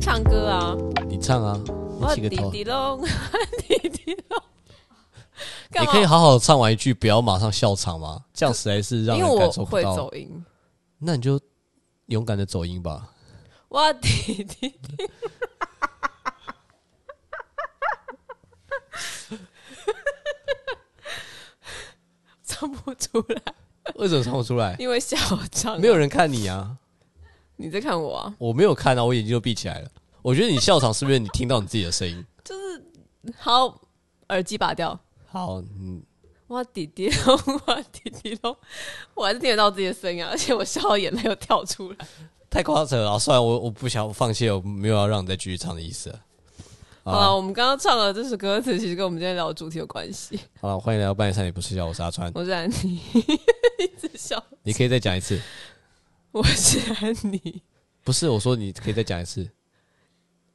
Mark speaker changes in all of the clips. Speaker 1: 唱歌啊，
Speaker 2: 你唱啊，你
Speaker 1: 我
Speaker 2: 起个
Speaker 1: 滴
Speaker 2: 头，
Speaker 1: 滴隆，滴滴隆，干
Speaker 2: 你
Speaker 1: 嘛
Speaker 2: 可以？好好唱完一句，不要马上笑场吗？这样实在是让
Speaker 1: 因为
Speaker 2: 人
Speaker 1: 我
Speaker 2: 感受不
Speaker 1: 会
Speaker 2: 到。
Speaker 1: 走音，
Speaker 2: 那你就勇敢的走音 吧。
Speaker 1: 我滴滴滴， 唱不出来，
Speaker 2: 为什么唱不出来？
Speaker 1: 因为笑场。
Speaker 2: 没有人看你啊，
Speaker 1: 你在看我啊？
Speaker 2: 我没有看啊，我眼睛都闭起来了。我觉得你笑场是不是你听到你自己的声音？
Speaker 1: 好，耳机拔掉。
Speaker 2: 好，嗯，
Speaker 1: 哇滴滴隆， 哇滴滴隆，我还是听得到自己的声音啊，而且我笑到眼泪又跳出来。
Speaker 2: 太夸张了啊！算了，我我不想我放弃了，我没有要让你再继续唱的意思了。
Speaker 1: 好了，我们刚刚唱了这首歌词，其实跟我们今天聊的主题有关系。
Speaker 2: 好了，欢迎来到半夜三点不睡觉，我是阿川。
Speaker 1: 我是安妮，一直笑，
Speaker 2: 你可以再讲一次，
Speaker 1: 我是安妮，
Speaker 2: 不是我说你可以再讲一次。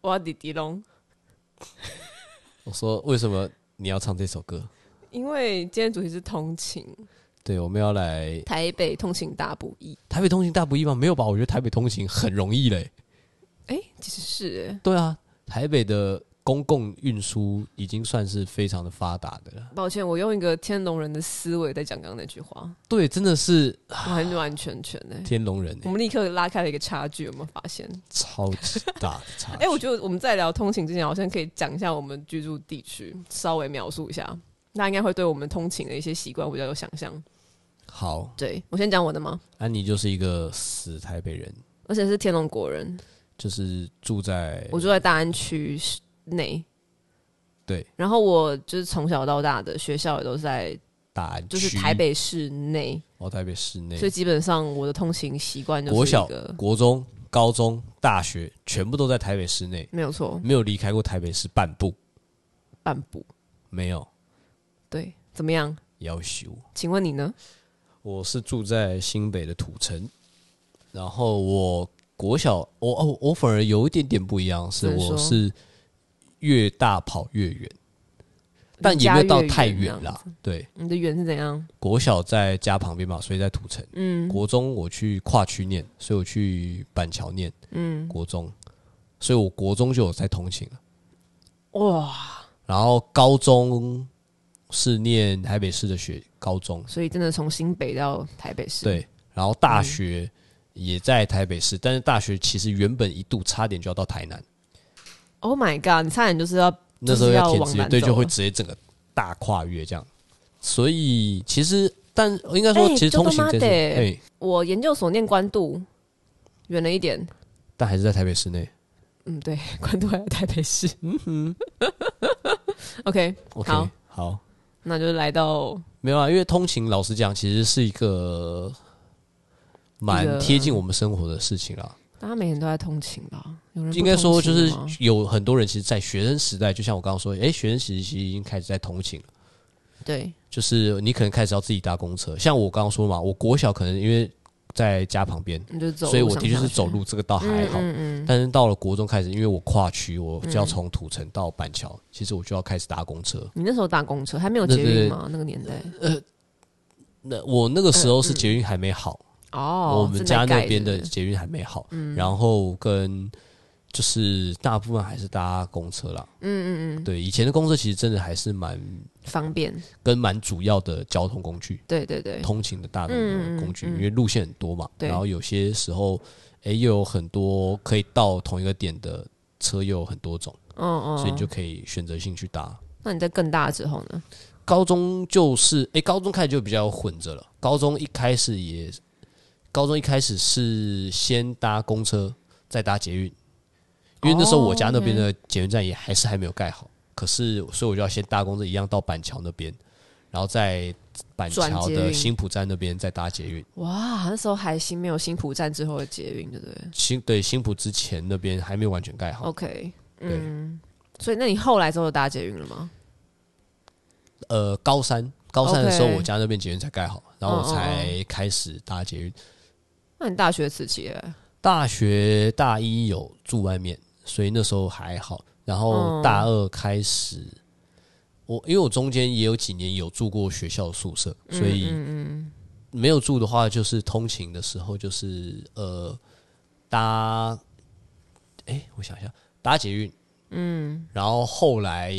Speaker 1: 哇滴滴隆。
Speaker 2: 我说为什么你要唱这首歌？
Speaker 1: 因为今天主题是通勤，
Speaker 2: 对，我们要来
Speaker 1: 台北通勤大不易。
Speaker 2: 台北通行大不易吗？没有吧？我觉得台北通行很容易嘞。
Speaker 1: 哎、其实是、欸，
Speaker 2: 对啊，台北的公共运输已经算是非常的发达的了。
Speaker 1: 抱歉，我用一个天龙人的思维在讲刚刚那句话，
Speaker 2: 对，真的是
Speaker 1: 我完完全全哎、
Speaker 2: 天龙人、
Speaker 1: 我
Speaker 2: 欸，
Speaker 1: 们立刻拉开了一个差距，有没有发现？
Speaker 2: 超级大的差 距。
Speaker 1: 哎、我觉得我们在聊通勤之前，好像可以讲一下我们居住地区，稍微描述一下，那应该会对我们通勤的一些习惯比较有想象。
Speaker 2: 好，
Speaker 1: 对我先讲我的吗？
Speaker 2: 安妮就是一个死台北人，
Speaker 1: 而且是天龙国人，
Speaker 2: 就是住在
Speaker 1: 我住在大安区内，
Speaker 2: 对
Speaker 1: 然后我就是从小到大的学校也都是在
Speaker 2: 大安区，
Speaker 1: 就是台北市内，
Speaker 2: 哦，台北市内
Speaker 1: 所以，基本上我的通勤习惯就是
Speaker 2: 国小
Speaker 1: 一个、
Speaker 2: 国中、高中、大学全部都在台北市内，
Speaker 1: 没有错，
Speaker 2: 没有离开过台北市半步，
Speaker 1: 半步。
Speaker 2: 没有
Speaker 1: 对，怎么样？
Speaker 2: 要求。
Speaker 1: 请问你呢？
Speaker 2: 我是住在新北的土城，然后我国小，我哦，我反而有一点点不一样，是
Speaker 1: 怎么说
Speaker 2: 我是越大跑越远，但也没有到太远
Speaker 1: 离家越这样
Speaker 2: 啦
Speaker 1: 子。
Speaker 2: 对，
Speaker 1: 你的远是怎样？
Speaker 2: 国小在家旁边嘛，所以在土城。
Speaker 1: 嗯
Speaker 2: 国中我去跨区念，所以我去板桥念
Speaker 1: 嗯，
Speaker 2: 国中，所以我国中就有在通勤了。
Speaker 1: 哇，
Speaker 2: 然后高中是念台北市的学高中，
Speaker 1: 所以真的从新北到台北市，，
Speaker 2: 对，然后
Speaker 1: 嗯
Speaker 2: 大学也在台北市，但是大学其实原本一度差点就要到台南，
Speaker 1: Oh my god！你差点就是要
Speaker 2: 那时候
Speaker 1: 就是要
Speaker 2: 填
Speaker 1: 往
Speaker 2: 职业
Speaker 1: 南
Speaker 2: 队
Speaker 1: 走
Speaker 2: 就会
Speaker 1: 了
Speaker 2: 直接整个大跨越这样，所以其实但应该说
Speaker 1: 哎
Speaker 2: 其实
Speaker 1: 就
Speaker 2: 通行
Speaker 1: 他妈
Speaker 2: 这
Speaker 1: 的
Speaker 2: 件事，哎、
Speaker 1: 我研究所念关渡，远了一点。
Speaker 2: 但还是在台北市内。
Speaker 1: 嗯，对， 关渡还在台北市。嗯哼，OK，
Speaker 2: OK，
Speaker 1: 好
Speaker 2: 好，
Speaker 1: 那就来到
Speaker 2: 没有啊，因为通勤老实讲其实是一个蛮贴近我们生活的事情啦。
Speaker 1: 大家每天都在通勤吧？有人不
Speaker 2: 应该说就
Speaker 1: 通勤
Speaker 2: 是
Speaker 1: 吗
Speaker 2: 有很多人其实，在学生时代，就像我刚刚说，哎、学生时期已经开始在通勤了。
Speaker 1: 对，
Speaker 2: 就是你可能开始要自己搭公车，像我刚刚说嘛，我国小可能因为在家旁边，
Speaker 1: 你就走路上下学，
Speaker 2: 所以我的确是走路，这个倒还好。
Speaker 1: 嗯嗯
Speaker 2: 但是到了国中开始，因为我跨区，我就要从土城到板桥，
Speaker 1: 嗯
Speaker 2: 其实我就要开始搭公车。
Speaker 1: 你那时候搭公车还没有
Speaker 2: 对
Speaker 1: 捷
Speaker 2: 对
Speaker 1: 运
Speaker 2: 对
Speaker 1: 吗？那个年代
Speaker 2: 那我那个时候是捷运还没好，
Speaker 1: 哦，
Speaker 2: 我们
Speaker 1: 正在
Speaker 2: 家那
Speaker 1: 盖嗯
Speaker 2: 边
Speaker 1: 是
Speaker 2: 的
Speaker 1: 不是
Speaker 2: 捷运还没好，然后跟就是大部分还是搭公车啦。
Speaker 1: 嗯嗯嗯，
Speaker 2: 对，以前的公车其实真的还是蛮
Speaker 1: 方便，
Speaker 2: 跟蛮主要的交通工具。
Speaker 1: 对对对，
Speaker 2: 通勤的大众
Speaker 1: 嗯嗯
Speaker 2: 工具，
Speaker 1: 嗯
Speaker 2: 因为路线很多嘛，
Speaker 1: 对
Speaker 2: 然后有些时候，诶，又有很多可以到同一个点的车，又有很多种，
Speaker 1: 嗯嗯，
Speaker 2: 所以你就可以选择性去搭。
Speaker 1: 那你在更大之后呢？
Speaker 2: 高中就是，诶，高中开始就比较混着了。高中一开始也，高中一开始是先搭公车，再搭捷运，因为那时候我家那边的捷运站也还是还没有盖好，可是所以我就要先搭公车，一样到板桥那边，然后在板
Speaker 1: 转
Speaker 2: 桥
Speaker 1: 捷
Speaker 2: 的
Speaker 1: 运
Speaker 2: 新浦站那边再搭捷运。
Speaker 1: 哇，那时候还新没有新浦站之后的捷运，对不对
Speaker 2: 新对新浦之前那边还没有完全盖好，
Speaker 1: ？OK，嗯，所以那你后来之后就搭捷运了吗？
Speaker 2: 呃，高三高三的时候
Speaker 1: OK
Speaker 2: 我家那边捷运才盖好，然后我才开始搭捷运。
Speaker 1: 那你大学时期嘞，
Speaker 2: 大学大一有住外面，所以那时候还好。然后大二开始，我因为我中间也有几年有住过学校宿舍，所以没有住的话，就是通勤的时候就是呃搭哎、我想一下，搭捷运，嗯，然后后来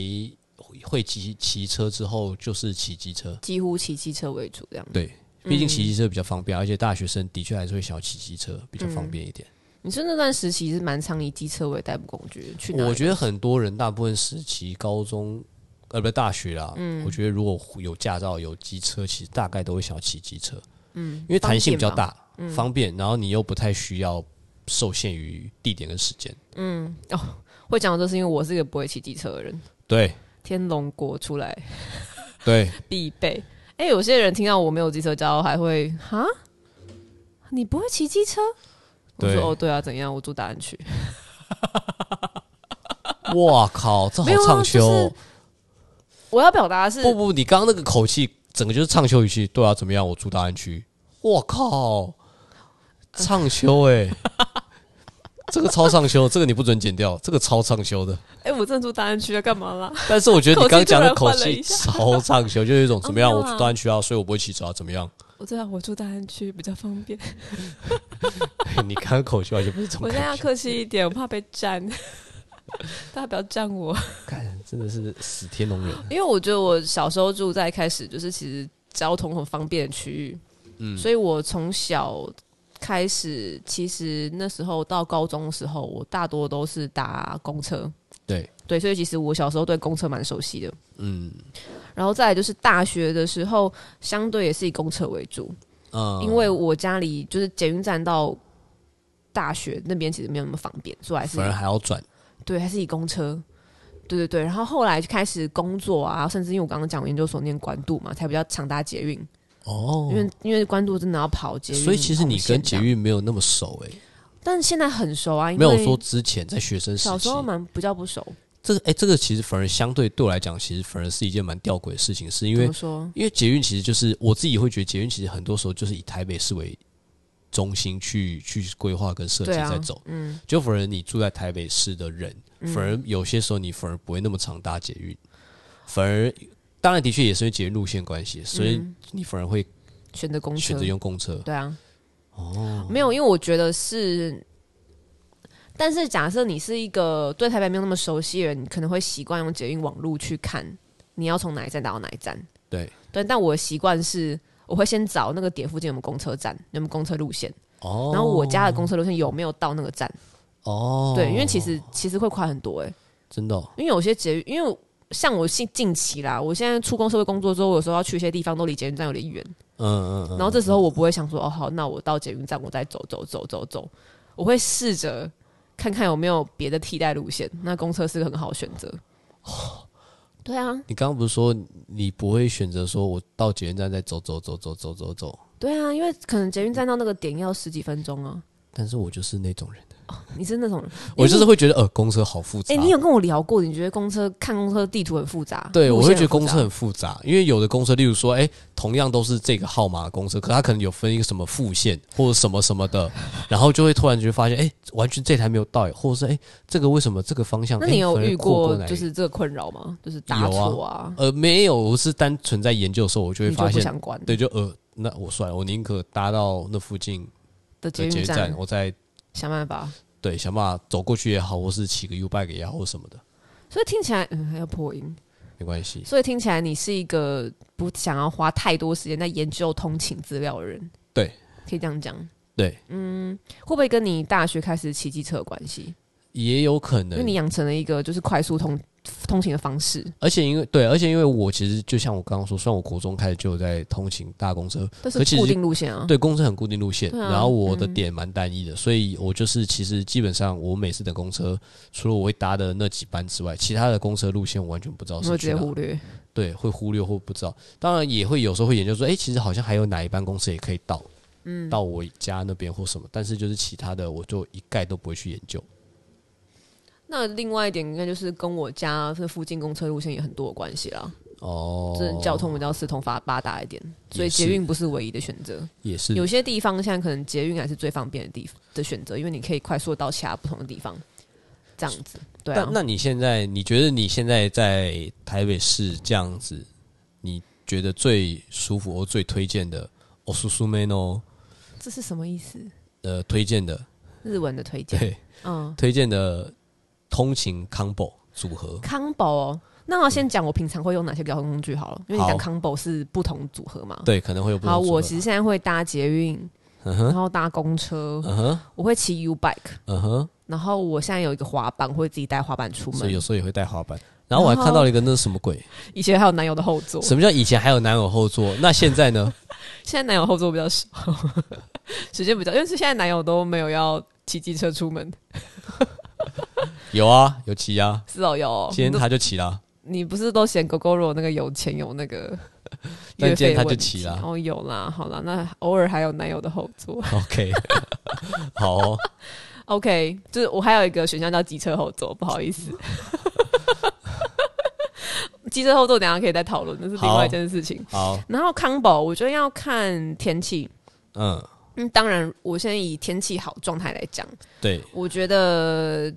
Speaker 2: 会骑骑车之后就是骑机车，
Speaker 1: 几乎骑机车为主这样。
Speaker 2: 对，毕竟骑机车比较方便，而且大学生的确还是会想要骑机车，比较方便一点。
Speaker 1: 你说那段时期是蛮常以机车为代步工具去哪里？
Speaker 2: 我觉得很多人大部分时期高中。呃，不，大学啦，
Speaker 1: 嗯
Speaker 2: 我觉得如果有驾照、有机车，其实大概都会想要骑机车，嗯，因为弹性比较大，
Speaker 1: 嗯
Speaker 2: 方便，然后你又不太需要受限于地点跟时间。
Speaker 1: 嗯哦会讲到这是因为我是一个不会骑机车的人，
Speaker 2: 对
Speaker 1: 天龙国出来
Speaker 2: 对，
Speaker 1: 必备。哎、有些人听到我没有机车驾照，还会哈，你不会骑机车？我
Speaker 2: 对
Speaker 1: 说哦，对啊，怎样？我住大安区，
Speaker 2: 哇靠，这好
Speaker 1: 没有啊
Speaker 2: 唱秋、哦！
Speaker 1: 我要表达的是
Speaker 2: 不不，你刚刚那个口气，整个就是唱秋语气。对啊，怎么样？我住大安区。我靠，唱秋 哎、这个超唱秋，这个你不准剪掉，这个超唱秋的。
Speaker 1: 哎、我真的住大安区啊，干嘛啦？
Speaker 2: 但是我觉得你刚刚讲的口
Speaker 1: 口气
Speaker 2: 气
Speaker 1: 突
Speaker 2: 超唱秋，就有一种怎么 样？
Speaker 1: 哦没
Speaker 2: 我
Speaker 1: 有啊
Speaker 2: 住大安区啊，所以我不会骑车啊，怎么样？
Speaker 1: 我知道我住大安区比较方便，
Speaker 2: 你刚刚口气完全不是这 种
Speaker 1: 我现在
Speaker 2: 感
Speaker 1: 要
Speaker 2: 觉，
Speaker 1: 客气一点，我怕被占， 大家不要占我。
Speaker 2: 干真的是死天龙人。
Speaker 1: 因为我觉得我小时候住在开始就是其实交通很方便的区域，嗯，所以我从小开始，其实那时候到高中的时候，我大多都是搭公车，
Speaker 2: 对，
Speaker 1: 对，所以其实我小时候对公车蛮熟悉的。
Speaker 2: 嗯
Speaker 1: 然后再来就是大学的时候，相对也是以公车为主，
Speaker 2: 嗯，
Speaker 1: 因为我家里就是捷运站到大学那边其实没有那么方便，所以还是
Speaker 2: 反而还要转。
Speaker 1: 对，还是以公车。对对对，然后后来就开始工作啊，甚至因为我刚刚讲我研究所念关渡嘛，才比较常搭捷运，
Speaker 2: 哦
Speaker 1: 因为因为关渡真的要跑捷运，
Speaker 2: 所以其实你跟捷，运没有那么熟诶、
Speaker 1: 但现在很熟啊，因
Speaker 2: 没
Speaker 1: 为
Speaker 2: 有说之前在学生时
Speaker 1: 小
Speaker 2: 期
Speaker 1: 时，候蛮比较不熟，
Speaker 2: 这个诶、这个其实反而相对对我来讲，其实反而是一件蛮吊诡的事情，是因
Speaker 1: 怎
Speaker 2: 为
Speaker 1: 么说？
Speaker 2: 因为捷运其实就是我自己会觉得捷运其实很多时候就是以台北市为中心去去规划跟设计
Speaker 1: 对啊
Speaker 2: 在走，
Speaker 1: 嗯，
Speaker 2: 就反而你住在台北市的人，反而有些时候你反而不会那么常搭捷运，反而当然的确也是因为捷运路线关系，所以你反而会
Speaker 1: 选择公车，
Speaker 2: 选择用公车。
Speaker 1: 对啊，哦，没有，因为我觉得是，但是假设你是一个对台北没有那么熟悉的人，你可能会习惯用捷运网路去看你要从哪一站打到哪一站，
Speaker 2: 对
Speaker 1: 对，但我的习惯是，我会先找那个点附近有没有公车站，有没有公车路线，
Speaker 2: 哦，
Speaker 1: 然后我家的公车路线有没有到那个站？
Speaker 2: 哦，
Speaker 1: 对，因为其实其实会快很多诶、欸
Speaker 2: 真的哦、
Speaker 1: 因为有些捷运，因为像我近近期啦，我现在出工社会工作之后，我有时候要去一些地方都离捷运站有点远，
Speaker 2: 嗯嗯嗯，
Speaker 1: 然后这时候我不会想说哦好，那我到捷运站我再走走走走走，我会试着看看有没有别的替代路线，那公车是个很好的选择。对啊，
Speaker 2: 你刚刚不是说你不会选择说我到捷运站再走走走走走走走，
Speaker 1: 对啊，因为可能捷运站到那个点要十几分钟啊。
Speaker 2: 但是我就是那种人，
Speaker 1: 你是那种人，
Speaker 2: 我就是会觉得呃，公车好复杂。
Speaker 1: 哎、你有跟我聊过，你觉得公车看公车地图很复杂？
Speaker 2: 对，
Speaker 1: 路
Speaker 2: 我
Speaker 1: 线很
Speaker 2: 会觉得
Speaker 1: 复
Speaker 2: 公
Speaker 1: 杂
Speaker 2: 车很复杂，因为有的公车，例如说，哎、同样都是这个号码的公车，可它可能有分一个什么副线或者什么什么的，然后就会突然就发现，哎、完全这台没有到，或者是哎、这个为什么这个方向？
Speaker 1: 那
Speaker 2: 哎
Speaker 1: 你有
Speaker 2: 反而
Speaker 1: 遇
Speaker 2: 过
Speaker 1: 过
Speaker 2: 哪里
Speaker 1: 就是这个困扰吗？就是搭
Speaker 2: 有啊
Speaker 1: 错啊，
Speaker 2: 呃没有，我是单纯在研究的时候，我就会
Speaker 1: 你就
Speaker 2: 发
Speaker 1: 不
Speaker 2: 现，
Speaker 1: 想管
Speaker 2: 对，就呃，那我算了，我宁可搭到那附近
Speaker 1: 的捷
Speaker 2: 的捷
Speaker 1: 运
Speaker 2: 运站，我再
Speaker 1: 想办法。
Speaker 2: 对，想办法走过去也好，或是骑个 U bike 也好，或什么的，
Speaker 1: 所以听起来，嗯，还要破音。
Speaker 2: 没关系。
Speaker 1: 所以听起来你是一个不想要花太多时间在研究通勤资料的人。
Speaker 2: 对，
Speaker 1: 可以这样讲。
Speaker 2: 对，
Speaker 1: 会不会跟你大学开始骑机车有关系？
Speaker 2: 也有可
Speaker 1: 因为
Speaker 2: 能
Speaker 1: 你，养成了一个就是快速通通勤的方式，
Speaker 2: 而且因为对，而且因为我其实就像我刚刚说，虽然我国中开始就有在通勤大公车，
Speaker 1: 但
Speaker 2: 可
Speaker 1: 是
Speaker 2: 其实
Speaker 1: 固定路线啊。
Speaker 2: 对公车很固定路线，
Speaker 1: 对啊
Speaker 2: 然后我的点蛮单一的，所以我就是其实基本上我每次等公车，除了我会搭的那几班之外，其他的公车路线我完全不知道
Speaker 1: 你会
Speaker 2: 是
Speaker 1: 直
Speaker 2: 去
Speaker 1: 接
Speaker 2: 哪
Speaker 1: 忽略，
Speaker 2: 对，会忽略或不知道。当然也会有时候会研究说，哎、其实好像还有哪一班公司也可以到，嗯，到我家那
Speaker 1: 嗯
Speaker 2: 边或什么。但是就是其他的，我就一概都不会去研究。
Speaker 1: 那另外一点应该就是跟我家这附近公车路线也很多有关系啦。
Speaker 2: 哦，
Speaker 1: 这交通比较四通发八达一点，所以
Speaker 2: 也是嗯
Speaker 1: 捷运不是唯一的选择。
Speaker 2: 也是
Speaker 1: 有些地方现在可能捷运还是最方便的地的选择，因为你可以快速到其他不同的地方，这样子。对啊
Speaker 2: 但，那你现在，你觉得你现在在台北市这样子，你觉得最舒服或最推荐的，哦，苏苏梅诺，
Speaker 1: 这是什么意思？
Speaker 2: 呃，推荐的
Speaker 1: 日文的推荐，
Speaker 2: 对，
Speaker 1: 嗯，
Speaker 2: 推荐的通勤 combo 组合，
Speaker 1: 康宝哦。那我先讲我平常会用哪些交通工具好了，因为你
Speaker 2: 嗯好
Speaker 1: 讲康宝是不同组合嘛。
Speaker 2: 对，可能会有不同
Speaker 1: 好，
Speaker 2: 组合。
Speaker 1: 我其实现在会搭捷运，然
Speaker 2: 嗯哼，
Speaker 1: 后搭公车，
Speaker 2: 嗯哼，
Speaker 1: 我会骑 U bike，
Speaker 2: 嗯哼，
Speaker 1: 然后我现在有一个滑板，我会自己带滑板出
Speaker 2: 所以有
Speaker 1: 门。
Speaker 2: 时候也会带滑板。然后我还看到了一个那是什么鬼？
Speaker 1: 以前还有男友的后座，
Speaker 2: 什么叫以前还有男友后座？那现在呢？
Speaker 1: 现在男友后座比较少， 时间比较，因为是现在男友都没有要骑机车出门，
Speaker 2: 有啊， 有骑啊，
Speaker 1: 是哦，有哦
Speaker 2: 今天他就骑啦。
Speaker 1: 你不是都嫌狗狗肉那个有钱有那个
Speaker 2: 但
Speaker 1: 月
Speaker 2: 今
Speaker 1: 费
Speaker 2: 天他
Speaker 1: 问
Speaker 2: 就
Speaker 1: 题？
Speaker 2: 骑啦
Speaker 1: 哦，有啦，好啦，那偶尔还有男友的后座。
Speaker 2: OK，好哦，
Speaker 1: OK，就是我还有一个选项叫机车后座，不好意 思。机车后座等一下可以再讨论，那是另外一件事情。
Speaker 2: 好，
Speaker 1: 然后康宝，我觉得要看天气。
Speaker 2: 嗯，
Speaker 1: 嗯，当然，我现在以天气好状态来讲，
Speaker 2: 对，
Speaker 1: 我觉得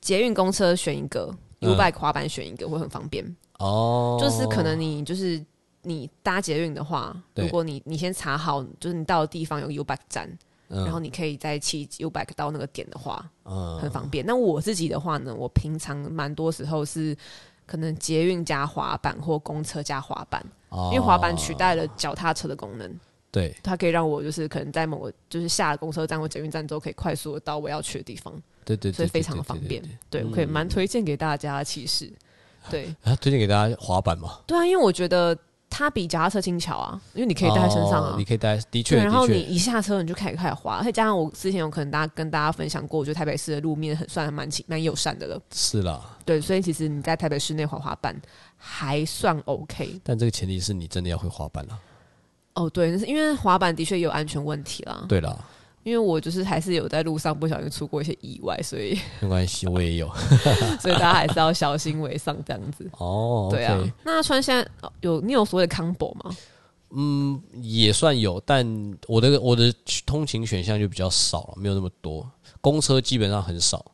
Speaker 1: 捷运、公车选一个
Speaker 2: 嗯
Speaker 1: ，U bike 滑板选一个会很方便。
Speaker 2: 哦，
Speaker 1: 就是可能你就是你搭捷运的话，
Speaker 2: 对
Speaker 1: 如果你你先查好，就是你到的地方有 U bike 站，
Speaker 2: 嗯，
Speaker 1: 然后你可以再骑 U bike 到那个点的话，
Speaker 2: 嗯，
Speaker 1: 很方便。那我自己的话呢，我平常蛮多时候是。可能捷运加滑板或公车加滑板，因为滑板取
Speaker 2: 哦
Speaker 1: 代了脚踏车的功能，
Speaker 2: 对，
Speaker 1: 它可以让我就是可能在某个就是下了公车站或捷运站之后，可以快速的到我要去的地方，
Speaker 2: 对对，
Speaker 1: 所以
Speaker 2: 对
Speaker 1: 非
Speaker 2: 对
Speaker 1: 常
Speaker 2: 对
Speaker 1: 的方
Speaker 2: 对
Speaker 1: 便
Speaker 2: 对对。嗯
Speaker 1: 对，我可以蛮推荐给大家，其实对。
Speaker 2: 啊，推荐给大家滑板嘛，
Speaker 1: 对啊，因为我觉觉得它比脚踏车轻巧啊，因为你可以带在身上啊。
Speaker 2: 哦你可以带，的确，
Speaker 1: 对，然后
Speaker 2: 的
Speaker 1: 你
Speaker 2: 确，
Speaker 1: 一下车你就开始开始滑，而且加上我之前有可能大家跟大家分享过，我觉得台北市的路面很算蛮亲蛮友善的了。
Speaker 2: 是啦，
Speaker 1: 对，所以其实你在台北市内滑滑板还算 OK。
Speaker 2: 但这个前提是你真的要会滑板啦，啊
Speaker 1: 哦，对，但是因为滑板的确也有安全问题啦。
Speaker 2: 对啦，
Speaker 1: 因为我就是还是有在路上不小心出过一些意外，所以
Speaker 2: 没关系，我 也有
Speaker 1: 所以大家还是要小心为上这样子。
Speaker 2: 哦，
Speaker 1: 对啊
Speaker 2: OK，
Speaker 1: 那穿现在哦有你有所谓的 combo 吗？
Speaker 2: 嗯，也算有，但我的我的通勤选项就比较少了，没有那么多，公车基本上很少，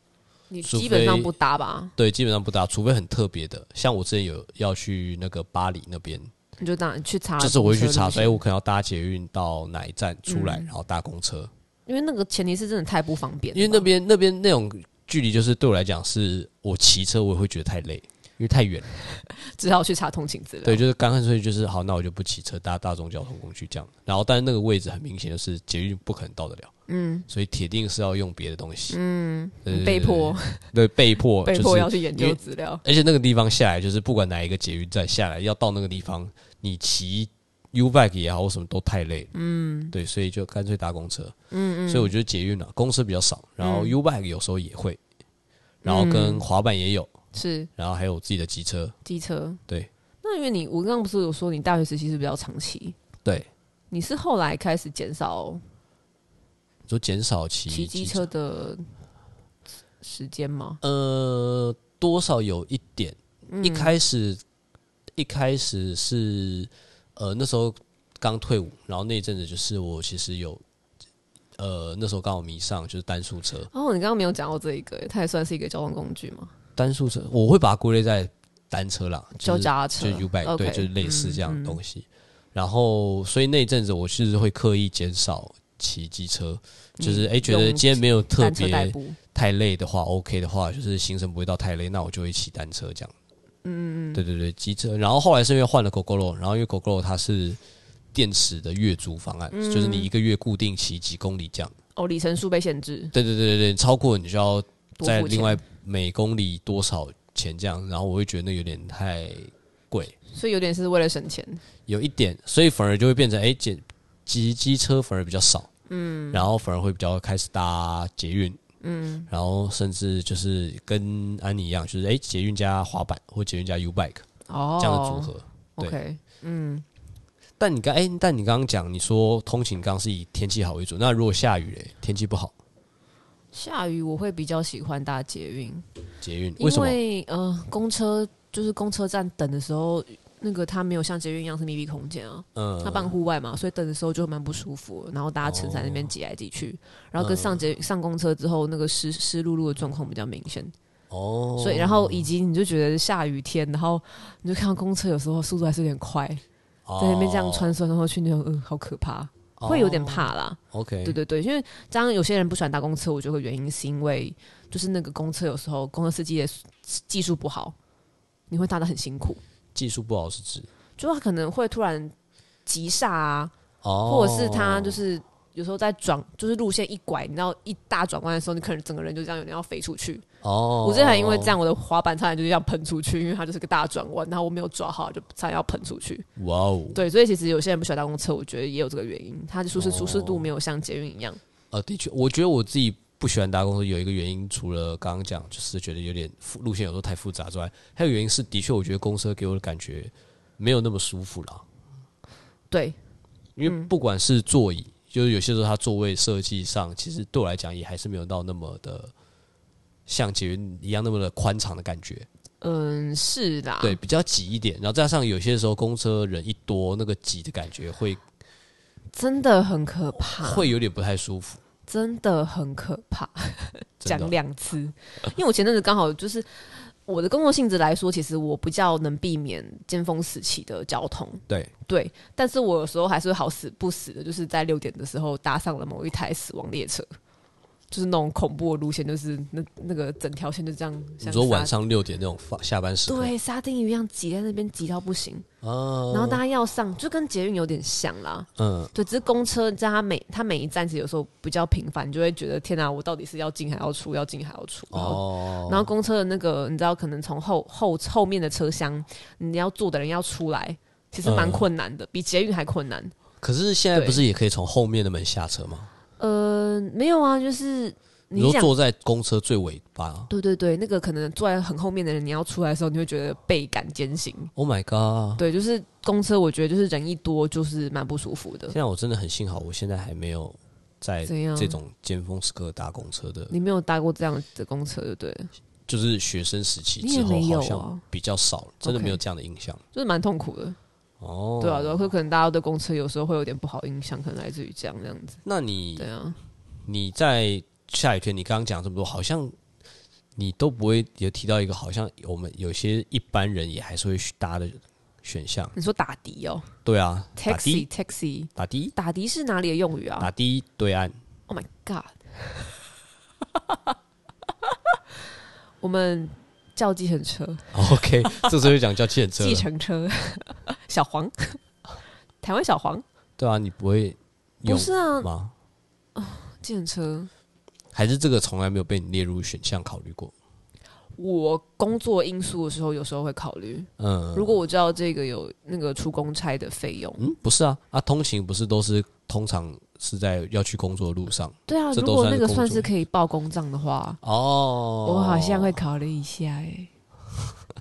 Speaker 1: 你
Speaker 2: 除
Speaker 1: 基本上
Speaker 2: 非
Speaker 1: 不搭吧？
Speaker 2: 对，基本上不搭，除非很特别的，像我之前有要去那个巴黎那边，
Speaker 1: 你就当然去查，
Speaker 2: 就是我会去查说，哎，我可能要搭捷运到哪一站出
Speaker 1: 嗯
Speaker 2: 来，然后搭公车，
Speaker 1: 因为那个前提是真的太不方便了吧，
Speaker 2: 因为那边那边那种距离，就是对我来讲，是我骑车我也会觉得太累，因为太远
Speaker 1: 啊
Speaker 2: 了。
Speaker 1: 只好去查通勤资料。
Speaker 2: 对，就是干脆就是好，那我就不骑车，搭大众交通工具这样。然后，但是那个位置很明显就是捷运不可能到得了，嗯，所以铁定是要用别的东西，
Speaker 1: 嗯
Speaker 2: 对对，
Speaker 1: 被迫
Speaker 2: 对，被迫
Speaker 1: 被
Speaker 2: 就是
Speaker 1: 迫要去研
Speaker 2: 因
Speaker 1: 究
Speaker 2: 为
Speaker 1: 资料，
Speaker 2: 而且那个地方下来，就是不管哪一个捷运站下来，要到那个地方，你骑 U bike 也好，或什么都太累嗯，对，所以就干脆搭公车，嗯嗯，所以我觉得捷运啊，公车比较少，然
Speaker 1: 嗯
Speaker 2: 后 U bike 有时候也会，然后跟滑板也有，
Speaker 1: 是
Speaker 2: 然后还有自己的机车，
Speaker 1: 机车。
Speaker 2: 对
Speaker 1: 那因为你我刚刚不是有说你大学时期是比较长期，
Speaker 2: 对，
Speaker 1: 你是后来开始减少
Speaker 2: 就减少骑
Speaker 1: 骑机车的时间吗？
Speaker 2: 呃，多少有一点。
Speaker 1: 嗯
Speaker 2: 一开始，一开始是呃那时候刚退伍，然后那一阵子就是我其实有呃那时候刚好迷上就是单速车，
Speaker 1: 哦，你刚刚没有讲到这一个，它也算是一个交通工具嘛，
Speaker 2: 单速车我会把它归类在单车啦，
Speaker 1: 就
Speaker 2: 就是
Speaker 1: 脚踏
Speaker 2: 就
Speaker 1: 车
Speaker 2: 是 U bike，
Speaker 1: OK，
Speaker 2: 对，就是类似
Speaker 1: 嗯
Speaker 2: 这样的
Speaker 1: 嗯
Speaker 2: 东西。然后所以那一阵子我是会刻意减少骑机车，就是
Speaker 1: 你
Speaker 2: 哎、觉得
Speaker 1: 用
Speaker 2: 今天没有特
Speaker 1: 单车
Speaker 2: 别
Speaker 1: 代步。
Speaker 2: 太累的话，OK 的话，就是行程不会到太累，那我就会骑单车这样。嗯，对对对，机车。然后后来是因为换了 GoGoRo，然后因为 GoGoRo 它是电池的月租方案，就是你一个月固定骑几公里这样。
Speaker 1: 哦，里程数被限制，
Speaker 2: 对对对对对，超过你就要
Speaker 1: 多
Speaker 2: 再
Speaker 1: 付钱
Speaker 2: 另外每公里多少钱这样，然后我会觉得那有点太贵，
Speaker 1: 所以有点是为了省钱。
Speaker 2: 有一点，所以反而就会变成哎，减骑机车反而比较少，嗯，然后反而会比较开始搭捷运，嗯，然后甚至就是跟安妮一样，就是哎，捷运加滑板或捷运加 U bike
Speaker 1: 哦，
Speaker 2: 这样的组合。对
Speaker 1: OK，嗯
Speaker 2: 但你刚哎，但你刚刚讲你说通勤刚是以天气好为主，那如果下雨嘞，天气不好，
Speaker 1: 下雨我会比较喜欢搭捷运，
Speaker 2: 捷运
Speaker 1: 因
Speaker 2: 为什么？
Speaker 1: 为呃，公车就是公车站等的时候，那个它没有像捷运一样是密闭空间啊，
Speaker 2: 嗯
Speaker 1: 它办户外嘛，所以等的时候就蛮不舒服的。然后大家撑伞在那边挤来挤去，
Speaker 2: 哦
Speaker 1: 然后跟上捷上公车之后，那个湿湿漉漉的状况比较明显。
Speaker 2: 哦，
Speaker 1: 所以，然后以及你就觉得下雨天，然后你
Speaker 2: 哦
Speaker 1: 就看到公车有时候速度还是有点快，在那边这样穿梭然后去，那种嗯，好可怕。会有
Speaker 2: 哦
Speaker 1: 点怕啦。
Speaker 2: OK，
Speaker 1: 对对对，因为当然有些人不喜欢搭公车，我觉得原因是因为就是那个公车有时候公车司机的技术不好，你会搭的很辛苦，
Speaker 2: 技术不好是指
Speaker 1: 就他可能会突然急刹啊，
Speaker 2: 哦，
Speaker 1: 或者是他就是有时候在转就是路线一拐，你知道一大转弯的时候，你可能整个人就这样有点要飞出去。
Speaker 2: 哦，
Speaker 1: 我之前还因为这样，我的滑板差点就是要喷出去，因为它就是个大转弯，然后我没有抓好，就差点要喷出去。
Speaker 2: 哇哦，
Speaker 1: 对，所以其实有些人不喜欢搭公车，我觉得也有这个原因，它的舒适舒适
Speaker 2: 哦
Speaker 1: 度没有像捷运一样。
Speaker 2: 呃，的确，我觉得我自己不喜欢搭公车有一个原因，除了刚刚讲，就是觉得有点复路线有时候太复杂之外，还有原因是，的确我觉得公车给我的感觉没有那么舒服啦。
Speaker 1: 对，
Speaker 2: 因
Speaker 1: 嗯
Speaker 2: 为不管是座椅，就是有些时候它座位设计上，其实对我来讲也还是没有到那么的像捷运一样那么的宽敞的感觉，
Speaker 1: 嗯，是啦，
Speaker 2: 对，比较挤一点。然后加上有些时候公车人一多，那个挤的感觉会
Speaker 1: 真的很可怕，
Speaker 2: 会有点不太舒服。
Speaker 1: 真的很可怕。
Speaker 2: 真的
Speaker 1: 讲两次，因为我前阵子刚好就是我的工作性质来说，其实我比较能避免尖峰时期的交通，
Speaker 2: 对，
Speaker 1: 对，但是我有时候还是会好死不死的，就是在六点的时候搭上了某一台死亡列车，就是那种恐怖的路线，就是那那个整条线就这样，
Speaker 2: 你
Speaker 1: 像
Speaker 2: 说
Speaker 1: 沙
Speaker 2: 晚上六点那种放下班时刻，
Speaker 1: 对沙丁鱼一样挤在那边挤到不行，
Speaker 2: 啊，
Speaker 1: 然后大家要上，就跟捷运有点像啦。
Speaker 2: 嗯，
Speaker 1: 对，只是公车在它每它每一站其实有时候比较频繁，你就会觉得天哪、我到底是要进还要出，要进还要出。然后
Speaker 2: 哦，
Speaker 1: 然后公车的那个，你知道，可能从后后后面的车厢，你要坐的人要出来，其实蛮
Speaker 2: 嗯
Speaker 1: 困难的，比捷运还困难。
Speaker 2: 可是现在不是也可以从后面的门下车吗？
Speaker 1: 呃，没有啊，就是
Speaker 2: 你
Speaker 1: 你
Speaker 2: 说
Speaker 1: 想，
Speaker 2: 坐在公车最尾巴
Speaker 1: 对对对，那个可能坐在很后面的人，你要出来的时候，你会觉得倍感艰辛。
Speaker 2: ，Oh my god！
Speaker 1: 对，就是公车，我觉得就是人一多，就是蛮不舒服的
Speaker 2: 现。在我真的很幸好，我现在还没有在
Speaker 1: 怎样
Speaker 2: 这种尖峰时刻搭公车的，
Speaker 1: 你没有搭过这样的公车，对不对？
Speaker 2: 就是学生时期
Speaker 1: 你也
Speaker 2: 之后
Speaker 1: 没有
Speaker 2: 好
Speaker 1: 啊
Speaker 2: 像比较少了，真的没有这样的印象。
Speaker 1: 就是蛮痛苦的，
Speaker 2: 哦，
Speaker 1: 对啊，对啊。可可能大家对公车有时候会有点不好印象，可能来自于这样这样子。
Speaker 2: 那你
Speaker 1: 对啊，
Speaker 2: 你在下雨天，你刚刚讲这么多，好像你都不会有提到一个，好像我们有些一般人也还是会去搭的选项。
Speaker 1: 你说打的哦
Speaker 2: 对啊，打
Speaker 1: ，taxi
Speaker 2: 的
Speaker 1: taxi，
Speaker 2: 打的
Speaker 1: 打的是哪里的用语啊？
Speaker 2: 打的对岸。
Speaker 1: Oh my god！我们叫计程车、
Speaker 2: OK，这时候就讲叫计程车
Speaker 1: 计
Speaker 2: 了，
Speaker 1: 程车，小黄， 台湾小黄
Speaker 2: 对啊，你不会
Speaker 1: 不
Speaker 2: 用
Speaker 1: 是啊，
Speaker 2: 吗？
Speaker 1: 计程车。
Speaker 2: 还是这个从来没有被你列入选项考虑过？
Speaker 1: 我工作因素的时候，有时候会考虑，
Speaker 2: 嗯，
Speaker 1: 如果我知道这个有那个出公差的费用，
Speaker 2: 嗯，不是啊，啊，通勤不是都是通常是在要去工作的路上
Speaker 1: 对啊，
Speaker 2: 这
Speaker 1: 如
Speaker 2: 都
Speaker 1: 果
Speaker 2: 算
Speaker 1: 那
Speaker 2: 是
Speaker 1: 个
Speaker 2: 工
Speaker 1: 算
Speaker 2: 作
Speaker 1: 是可以报公账的话，
Speaker 2: 哦。
Speaker 1: 我好像会考虑一下哎、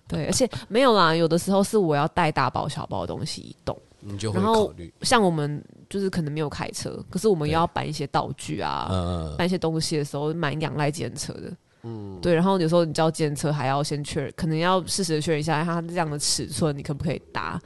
Speaker 1: 对，而且没有啦，有的时候是我要带大包小包的东西动。
Speaker 2: 你就会
Speaker 1: 然后
Speaker 2: 考虑，
Speaker 1: 像我们就是可能没有开车，可是我们又
Speaker 2: 对
Speaker 1: 要搬一些道具啊，
Speaker 2: 嗯，
Speaker 1: 搬一些东西的时候，蛮仰赖检车的。嗯，对，然后有时候你知道检车还要先确认，可能要适时的确认一下它这样的尺寸，你可不可以搭？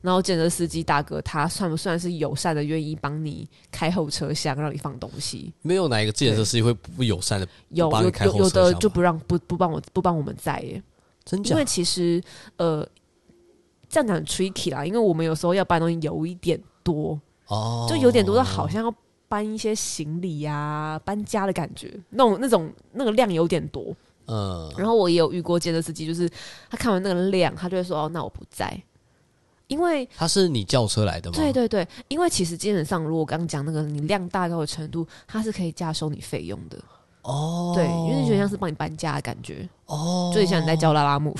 Speaker 1: 然后检车司机大哥他算不算是友善的，愿意帮你开后车厢，让你放东西？
Speaker 2: 没有哪一个自行车司机会不友善的，
Speaker 1: 有
Speaker 2: 不帮你
Speaker 1: 有
Speaker 2: 开
Speaker 1: 有
Speaker 2: 后
Speaker 1: 有
Speaker 2: 车
Speaker 1: 的
Speaker 2: 厢
Speaker 1: 就
Speaker 2: 吧
Speaker 1: 不让不不帮我不帮我们载耶，
Speaker 2: 真
Speaker 1: 因
Speaker 2: 假
Speaker 1: 为？其实呃这样讲很 tricky 啦，因为我们有时候要搬东西有一点多，
Speaker 2: 哦，
Speaker 1: 就有点多到好像要搬一些行李呀、搬家的感觉，那种那种那个量有点多。
Speaker 2: 嗯，
Speaker 1: 然后我也有遇过接的司机，就是他看完那个量，他就会说：“哦，那我不在。”因为
Speaker 2: 他是你叫车来的吗？
Speaker 1: 对对对，因为其实基本上，如果刚讲那个你量大到的程度，他是可以加收你费用的。
Speaker 2: 哦，
Speaker 1: 对，因为就像是帮你搬家的感觉，
Speaker 2: 哦，
Speaker 1: 就很像你在叫拉拉 move。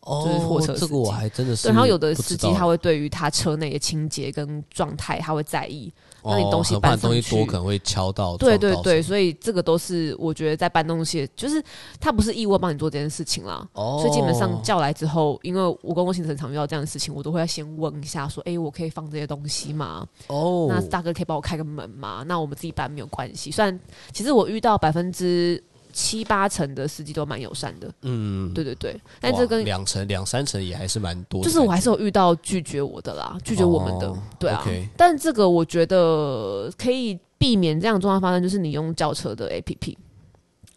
Speaker 2: 哦，
Speaker 1: 就是货车司
Speaker 2: 这个我
Speaker 1: 机
Speaker 2: 还真的是，
Speaker 1: 对，然后有的司机他，会对于他车内的清洁跟状态，他会在意。那你东西
Speaker 2: 哦很怕
Speaker 1: 搬
Speaker 2: 东西
Speaker 1: 上去
Speaker 2: 多可能会敲到，
Speaker 1: 对
Speaker 2: 撞
Speaker 1: 对
Speaker 2: 到
Speaker 1: 对，
Speaker 2: 什么，
Speaker 1: 所以这个都是我觉得在搬东西，就是他不是义务要帮你做这件事情啦。
Speaker 2: 哦，
Speaker 1: 所以基本上叫来之后，因为我公共行程常遇到这样的事情，我都会先问一下，说：“哎、我可以放这些东西吗？
Speaker 2: 哦，
Speaker 1: 那大哥可以帮我开个门吗？那我们自己搬没有关系。”虽然其实我遇到百分之七八成的司机都蛮友善的，
Speaker 2: 嗯，
Speaker 1: 对对对，但这
Speaker 2: 哇
Speaker 1: 跟
Speaker 2: 两层两三层也还是蛮多的
Speaker 1: 就
Speaker 2: 感觉，
Speaker 1: 是我还是有遇到拒绝我的啦，拒绝我们的，
Speaker 2: 哦
Speaker 1: 对啊。
Speaker 2: OK
Speaker 1: 但这个我觉得可以避免这样的状况发生，就是你用轿车的 APP。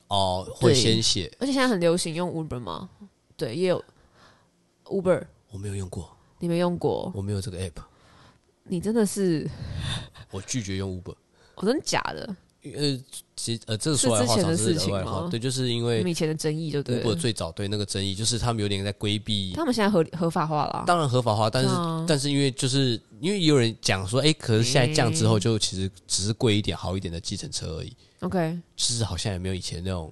Speaker 2: 哦会
Speaker 1: 对
Speaker 2: 先写，
Speaker 1: 而且现在很流行用 Uber 吗？对，也有 Uber，
Speaker 2: 我没有用过，
Speaker 1: 你没用过？嗯
Speaker 2: 我没有这个 app，
Speaker 1: 你真的是，
Speaker 2: 我拒绝用 Uber。
Speaker 1: 我、真的假的？
Speaker 2: 呃，其实呃，这个说来话
Speaker 1: 是之前的
Speaker 2: 长，这是
Speaker 1: 事情
Speaker 2: 额外话
Speaker 1: 吗。
Speaker 2: 对，就是因
Speaker 1: 你
Speaker 2: 为
Speaker 1: 们以前的争议就对
Speaker 2: Uber
Speaker 1: 了。
Speaker 2: 最早对那个争议，就是他们有点在规避。
Speaker 1: 他们现在合理合法化了啊、
Speaker 2: 当然合法化，但是、
Speaker 1: 啊
Speaker 2: 但是因为就是因为也有人讲说，哎、可是现在降之后，就其实只是贵一点、好一点的计程车而已，
Speaker 1: OK，
Speaker 2: 其实好像也没有以前那种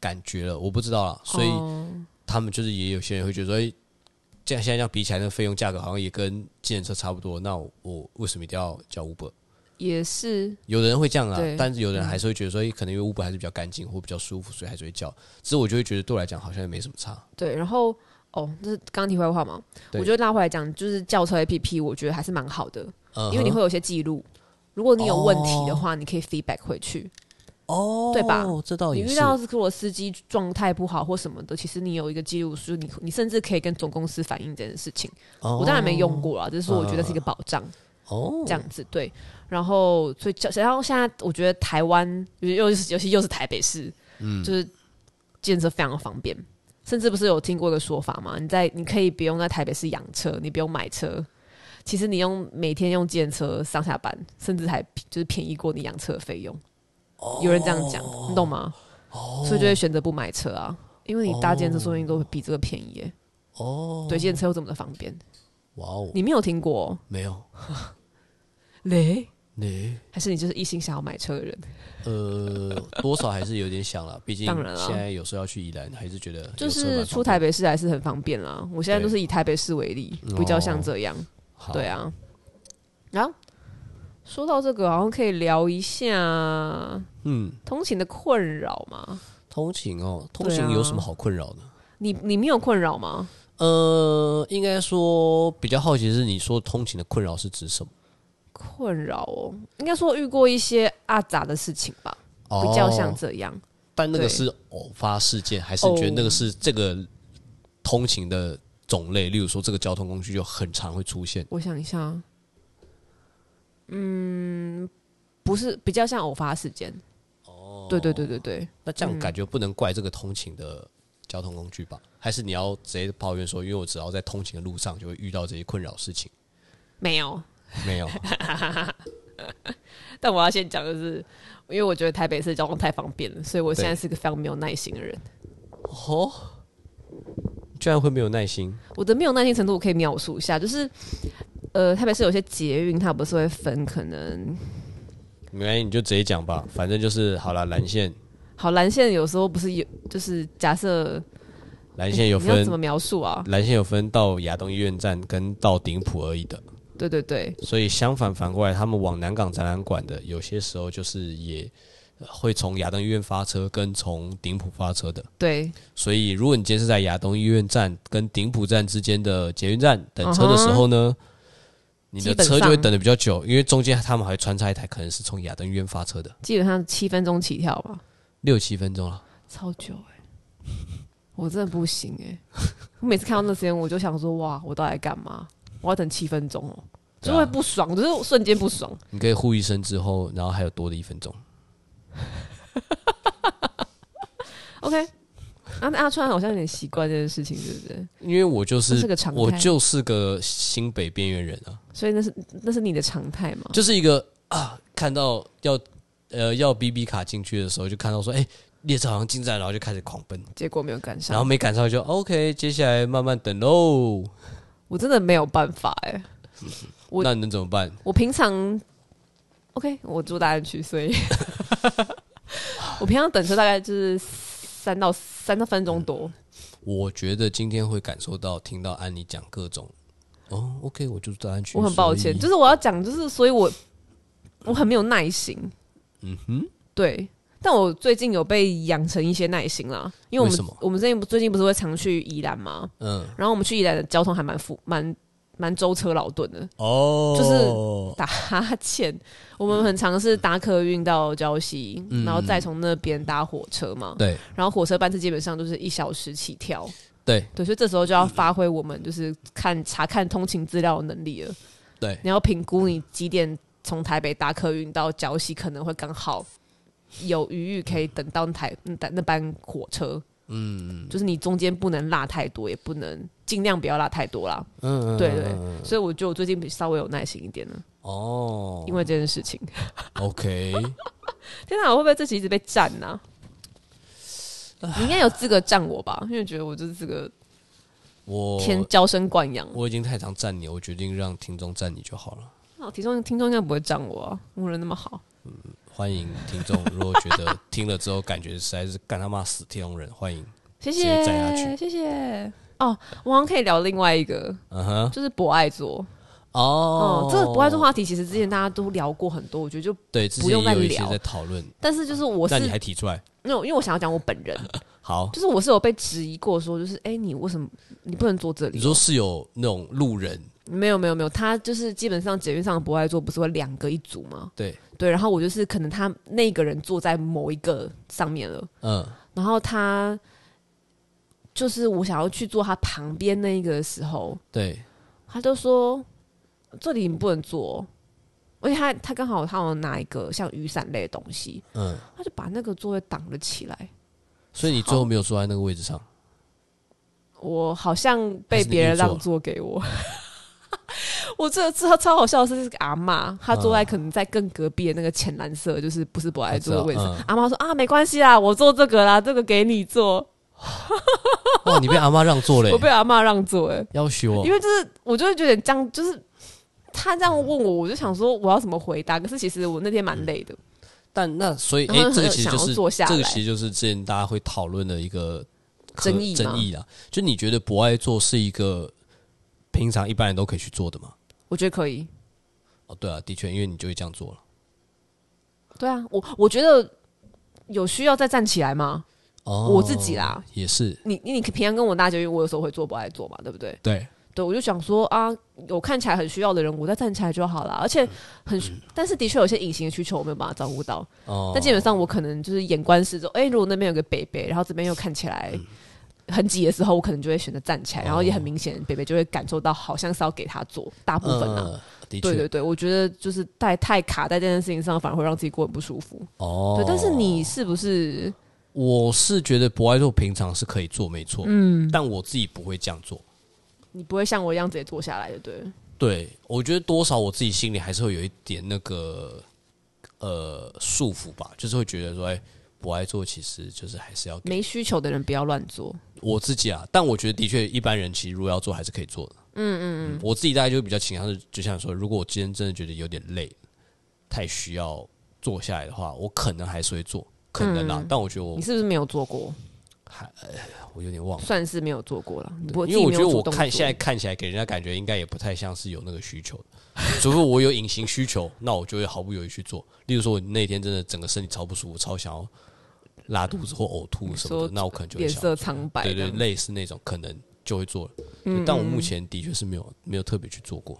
Speaker 2: 感觉了，我不知道啦。所以
Speaker 1: 哦
Speaker 2: 他们就是也有些人会觉得说，哎、这样现在这样比起来，那费用价格好像也跟计程车差不多，那我我为什么一定要叫 Uber？
Speaker 1: 也是
Speaker 2: 有的人会这样啊
Speaker 1: 对，嗯
Speaker 2: 但是有的人还是会觉得说，哎可能因为 Uber 还是比较干净或比较舒服，所以还是会叫。只是我就会觉得对我来讲好像也没什么差。
Speaker 1: 对，然后哦，这是刚刚题外话嘛，
Speaker 2: 对
Speaker 1: 我觉得拉回来讲，就是轿车 APP，我觉得还是蛮好的，
Speaker 2: 嗯哼，
Speaker 1: 因为你会有一些记录。如果你有问题的话，你可以 feedback 回去。
Speaker 2: 哦，
Speaker 1: 对吧？
Speaker 2: 这倒
Speaker 1: 你
Speaker 2: 也
Speaker 1: 遇
Speaker 2: 是。
Speaker 1: 到如果司机状态不好或什么的，其实你有一个记录书，你你甚至可以跟总公司反映这件事情。
Speaker 2: 我
Speaker 1: 我当然没用过啊啦，只是说我觉得是一个保障，
Speaker 2: 哦，
Speaker 1: 这样子对。然后所以轿，然后现在我觉得台湾，尤其尤其尤其又是台北市，就是建设非常方便。甚至不是有听过一个说法吗？你在你可以不用在台北市养车，你不用买车，其实你用每天用建车上下班，甚至还就是便宜过你养车的费用。有人这样讲，你懂吗？所以就会选择不买车啊，因为你搭建车说不定都会比这个便宜耶、
Speaker 2: 哦，
Speaker 1: 对，建车又这么的方便，
Speaker 2: 哇哦，
Speaker 1: 你没有听过哦
Speaker 2: 没有
Speaker 1: 嘞？
Speaker 2: 你
Speaker 1: 还是你就是一心想要买车的人？
Speaker 2: 呃，多少还是有点想了，毕竟
Speaker 1: 当然啦
Speaker 2: 现在有时候要去宜兰，还是觉得
Speaker 1: 就
Speaker 2: 有车
Speaker 1: 是
Speaker 2: 蛮
Speaker 1: 出
Speaker 2: 方
Speaker 1: 台
Speaker 2: 便
Speaker 1: 北市还是很方便啦。我现在
Speaker 2: 对哦
Speaker 1: 都是以台北市为例，比较像这样。
Speaker 2: 好
Speaker 1: 对啊，然后说到这个，好像可以聊一下
Speaker 2: 嗯，
Speaker 1: 通勤的困扰嘛？
Speaker 2: 通勤哦，通
Speaker 1: 对
Speaker 2: 勤
Speaker 1: 啊
Speaker 2: 有什么好困扰的？
Speaker 1: 你你没有困扰吗？
Speaker 2: 呃，应该说比较好奇的是你说通勤的困扰是指什么？
Speaker 1: 困扰哦，应该说遇过一些阿杂的事情吧，
Speaker 2: 哦
Speaker 1: 比较像这样。
Speaker 2: 但那个
Speaker 1: 对
Speaker 2: 是偶发事件，还是你觉得那个
Speaker 1: 偶
Speaker 2: 是这个通勤的种类？例如说，这个交通工具就很常会出现。
Speaker 1: 我想一下，嗯，不是比较像偶发事件。哦，对对对对对，
Speaker 2: 那这样感觉不能怪这个通勤的交通工具吧？还是你要直接抱怨说，因为我只要在通勤的路上就会遇到这些困扰 事情？
Speaker 1: 没有。
Speaker 2: 没有，
Speaker 1: 但我要先讲，就是因为我觉得台北市交通太方便了，所以我现在
Speaker 2: 对
Speaker 1: 是个非常没有耐心的人。
Speaker 2: 哦，居然会没有耐心
Speaker 1: 我的没有耐心程度，我可以描述一下，就是呃，台北市有些捷运它不是会分，可能
Speaker 2: 没关系，你就直接讲吧，反正就是好了。蓝线，
Speaker 1: 好蓝线有时候不是有，就是假设
Speaker 2: 蓝线有
Speaker 1: 你要
Speaker 2: 分
Speaker 1: 怎，么描述啊？
Speaker 2: 蓝线有分到亚东医院站跟到顶埔而已的。
Speaker 1: 对对对，
Speaker 2: 所以相反反过来，他们往南港展览馆的，有些时候就是也呃会从亚东医院发车，跟从顶埔发车的。
Speaker 1: 对，
Speaker 2: 所以如果你今天是在亚东医院站跟顶埔站之间的捷运站等车的时候
Speaker 1: 嗯
Speaker 2: 呢，你的
Speaker 1: 基本
Speaker 2: 车
Speaker 1: 上
Speaker 2: 就会等的比较久，因为中间他们还会穿插一台可能是从亚东医院发车的，
Speaker 1: 基本上七分钟起跳吧，
Speaker 2: 六七分钟了。啊
Speaker 1: 超久哎、我真的不行哎、我每次看到那时间，我就想说哇，我到底在干嘛？我要等七分钟哦、
Speaker 2: 对
Speaker 1: 就
Speaker 2: 啊
Speaker 1: 会不爽，就是瞬间不爽。
Speaker 2: 你可以呼一声之后，然后还有多的一分钟。
Speaker 1: OK，啊，那阿川好像有点习惯这件事情，对不对？
Speaker 2: 因为我就
Speaker 1: 这
Speaker 2: 是
Speaker 1: 是个常态，
Speaker 2: 我就是个新北边缘人啊，
Speaker 1: 所以那是那是你的常态嘛？
Speaker 2: 就是一个啊，看到要呃要 B B 卡进去的时候，就看到说，哎、列车好像进站，然后就开始狂奔，
Speaker 1: 结果没有赶
Speaker 2: 然后
Speaker 1: 上，
Speaker 2: 没赶上就 OK，接下来慢慢等喽。
Speaker 1: 我真的没有办法哎、我
Speaker 2: 那你能怎么办？
Speaker 1: 我平常 OK，我住大安区，所 以我平常等车大概就是三到三到分钟
Speaker 2: 嗯
Speaker 1: 多。
Speaker 2: 我觉得今天会感受到听到安妮讲各种，哦，OK，我就是大安区，
Speaker 1: 我很抱歉，
Speaker 2: 所以
Speaker 1: 就是我要讲，就是所以我我很没有耐心。嗯哼，对。但我最近有被养成一些耐心啦，因为我
Speaker 2: 为什
Speaker 1: 们
Speaker 2: 么
Speaker 1: 我们最近不最近不是会常去宜兰吗？
Speaker 2: 嗯
Speaker 1: 然后我们去宜兰的交通还蛮复蛮蛮舟车劳顿的，
Speaker 2: 哦，
Speaker 1: 打哈欠。我们很常是搭客运到礁溪，然后再从那边搭火车嘛。
Speaker 2: 对
Speaker 1: 然后火车班次基本上都是一小时起跳，
Speaker 2: 对
Speaker 1: 对，所以这时候就要发挥我们就是看查看通勤资料的能力了。
Speaker 2: 对，
Speaker 1: 你要评估你几点从台北搭客运到礁溪，可能会刚好有余裕可以等到台嗯等那班火车，嗯，就是你中间不能落太多，也不能尽量不要落太多啦。
Speaker 2: 嗯，
Speaker 1: 对对，所以我觉得我最近比稍微有耐心一点了，
Speaker 2: 哦
Speaker 1: 因为这件事情。
Speaker 2: ，OK，
Speaker 1: 天哪，我会不会这期一直被占呢、你应该有资格占我吧？因为觉得我就是这个
Speaker 2: 我
Speaker 1: 天娇生惯养。
Speaker 2: 我已经太常站你，我决定让听众站你就好了。
Speaker 1: 那哦听众听众应该不会占我啊，我人那么好。
Speaker 2: 欢迎听众，如果觉得听了之后感觉实在是干他妈死天龙人，欢迎。
Speaker 1: 谢
Speaker 2: 直接载下
Speaker 1: 谢，谢谢。哦，我好像可以聊另外一个，
Speaker 2: 嗯哼，
Speaker 1: 就是博爱座。
Speaker 2: 哦
Speaker 1: 哦、，这个博爱座话题，其实之前大家都聊过很多，我觉得就，
Speaker 2: 对，之
Speaker 1: 不
Speaker 2: 前
Speaker 1: 用
Speaker 2: 也有
Speaker 1: 再
Speaker 2: 一些
Speaker 1: 聊
Speaker 2: 在讨论，
Speaker 1: 但是就是我
Speaker 2: 那
Speaker 1: 是
Speaker 2: 你还提出来？
Speaker 1: 那种，因为我想要讲我本人，
Speaker 2: 好，
Speaker 1: 就是我是有被质疑过说，就是哎、你为什么你不能坐这里
Speaker 2: 你？说是有那种路人
Speaker 1: 没有没有没有，他就是基本上捷运上的博爱座不是会两个一组吗？
Speaker 2: 对，
Speaker 1: 对，然后我就是可能他那个人坐在某一个上面了，
Speaker 2: 嗯
Speaker 1: 然后他就是我想要去坐他旁边那一个的时候，
Speaker 2: 对，
Speaker 1: 他就说这里你不能坐哦，而且他他刚好他好像拿一个像雨伞类的东西，
Speaker 2: 嗯，
Speaker 1: 他就把那个座位挡了起来。
Speaker 2: 所以你最后没有坐在那个位置上，
Speaker 1: 我好像
Speaker 2: 还
Speaker 1: 被
Speaker 2: 是你
Speaker 1: 别人
Speaker 2: 硬坐
Speaker 1: 让座给我。 我这这超好笑的是，这个阿嬷，她坐在可能在更隔壁的那个浅蓝色，就是不是博爱座的位置
Speaker 2: 我知道嗯。
Speaker 1: 阿嬷说啊，没关系啦，我坐这个啦，这个给你坐。
Speaker 2: 哇，你被阿妈让座嘞
Speaker 1: 我，被阿嬷让座，哎，
Speaker 2: 要求哦
Speaker 1: 因，为就是我就会觉得这样，就是她这样问我，我就想说我要怎么回答。可是其实我那天
Speaker 2: 嗯
Speaker 1: 蛮累的，
Speaker 2: 但那所以
Speaker 1: 然
Speaker 2: 哎
Speaker 1: 后，
Speaker 2: 这个
Speaker 1: 很
Speaker 2: 其实
Speaker 1: 嗯想
Speaker 2: 就
Speaker 1: 要
Speaker 2: 是
Speaker 1: 坐下
Speaker 2: 这个
Speaker 1: 来
Speaker 2: 其实就是之前大家会讨论的一个可
Speaker 1: 争议吗
Speaker 2: 争议啦，就你觉得博爱座是一个平常一般人都可以去做的吗？
Speaker 1: 我觉得可以。
Speaker 2: 哦，对啊，的确，因为你就会这样做了。
Speaker 1: 对啊，我我觉得有需要再站起来吗？
Speaker 2: 哦，
Speaker 1: 我自己啦
Speaker 2: 也是，
Speaker 1: 你你你平常跟我搭捷运，我有时候会坐不爱坐嘛，对不对？
Speaker 2: 对，
Speaker 1: 对，我就想说啊，有看起来很需要的人，我再站起来就好了。而且很，但是的确有些隐形的需求我没有办法照顾到。
Speaker 2: 哦，
Speaker 1: 但基本上我可能就是眼观四周，哎、如果那边有个北北，然后这边又看起来很挤的时候，我可能就会选择站起来，然后也很明显，北北就会感受到好像是要给他做大部分啊。
Speaker 2: 嗯的
Speaker 1: 对
Speaker 2: 确，
Speaker 1: 对对，我觉得就是太太卡在这件事情上，反而会让自己过得不舒服。
Speaker 2: 哦，
Speaker 1: 对，但是你是不是
Speaker 2: 我是觉得博爱座平常是可以做，没错，嗯，但我自己不会这样做。
Speaker 1: 你不会像我一样直接坐下来，对不对？
Speaker 2: 对，我觉得多少我自己心里还是会有一点那个呃束缚吧，就是会觉得说，哎，博爱座其实就是还是要给
Speaker 1: 没需求的人不要乱坐。
Speaker 2: 我自己啊，但我觉得的确一般人其实如果要做还是可以做的。嗯嗯嗯，我自己大概就比较倾向是，就像说，如果我今天真的觉得有点累，太需要坐下来的话，我可能还是会做，可能啦。但我觉得我
Speaker 1: 嗯你是不是没有做过？
Speaker 2: 我有点忘了，
Speaker 1: 算是没有做过了，你不
Speaker 2: 因为我
Speaker 1: 自己没
Speaker 2: 觉得
Speaker 1: 有主
Speaker 2: 我
Speaker 1: 动
Speaker 2: 看
Speaker 1: 做
Speaker 2: 现在看起来给人家感觉应该也不太像是有那个需求的，除非我有隐形需求，那我就会毫不犹豫去做。例如说，我那天真的整个身体超不舒服，超想要拉肚子或呕吐什么
Speaker 1: 说
Speaker 2: 的，那我可能就会
Speaker 1: 脸
Speaker 2: 想
Speaker 1: 色苍白，
Speaker 2: 对对，，类似那种可能就会做了。对但我目前的确是没有没有特别去做过。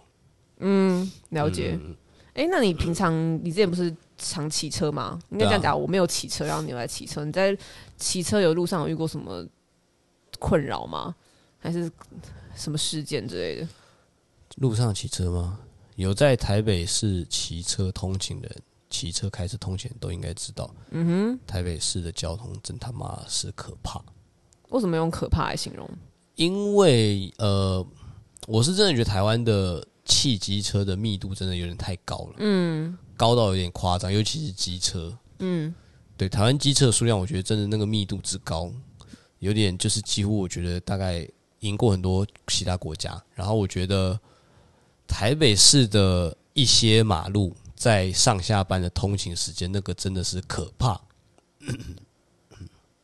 Speaker 1: 了解。
Speaker 2: 嗯
Speaker 1: 哎、那你平常你之前不是常骑车吗？应该这样讲，我没有骑车，然后你有在骑车。你在骑车有路上有遇过什么困扰吗？还是什么事件之类的？
Speaker 2: 路上骑车吗？有在台北市骑车通勤的人，骑车开车通勤都应该知道。嗯哼，台北市的交通真他妈是可怕。
Speaker 1: 为什么用可怕来形容？
Speaker 2: 因为呃，我是真的觉得台湾的汽机车的密度真的有点太高了，嗯，高到有点夸张，尤其是机车，嗯，对，台湾机车的数量，我觉得真的那个密度之高，有点就是几乎我觉得大概赢过很多其他国家。然后我觉得台北市的一些马路在上下班的通勤时间，那个真的是可怕。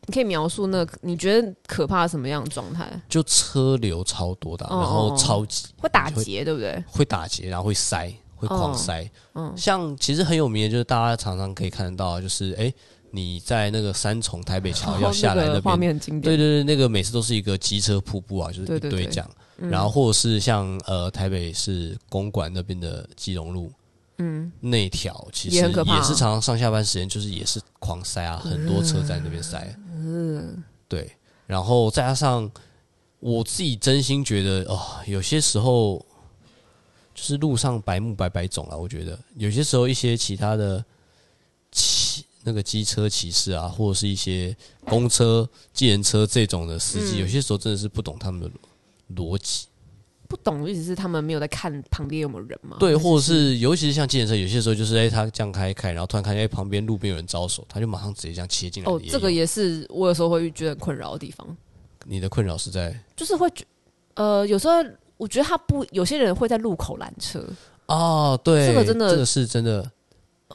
Speaker 1: 你可以描述那个你觉得可怕什么样的状态？
Speaker 2: 就车流超多的啊，
Speaker 1: 哦
Speaker 2: 然后
Speaker 1: 哦
Speaker 2: 超级
Speaker 1: 会打结，对不对？
Speaker 2: 会打结，然后会塞，会狂
Speaker 1: 哦
Speaker 2: 塞。像其实很有名的，就是大家常常可以看得到，就是哎、诶你在那个三重台北桥啊要下来
Speaker 1: 哦然后那
Speaker 2: 那
Speaker 1: 个画
Speaker 2: 边，
Speaker 1: 面很经
Speaker 2: 对对
Speaker 1: 典，
Speaker 2: 对，那个每次都是一个机车瀑布啊，就是
Speaker 1: 对
Speaker 2: 一
Speaker 1: 对
Speaker 2: 堆
Speaker 1: 对
Speaker 2: 这样。然后或者是像呃台北市公馆那边的基隆路，嗯，那条其实
Speaker 1: 也很可怕
Speaker 2: 也是常常上下班时间，就是也是狂塞啊，很多车在那边塞。嗯，对，然后再加上我自己真心觉得哦，有些时候啊就是路上白目白白种了，我觉得有些时候一些其他的骑那个机车骑士啊，或者是一些公车、计程车这种的司机，
Speaker 1: 嗯
Speaker 2: 有些时候真的是不懂他们的逻辑。
Speaker 1: 不懂的意思是他们没有在看旁边有没有人吗？
Speaker 2: 对，或者是尤其是像计程车，有些时候就是哎、他这样开一开，然后突然看见哎、旁边路边有人招手，他就马上直接这样切进来。
Speaker 1: 哦，这个
Speaker 2: 也有
Speaker 1: 也是我有时候会觉得很困扰的地方，
Speaker 2: 你的困扰是在
Speaker 1: 就是会觉呃，有时候我觉得他不，有些人会在路口拦车，
Speaker 2: 哦，对，
Speaker 1: 这个真的
Speaker 2: 这个是真的，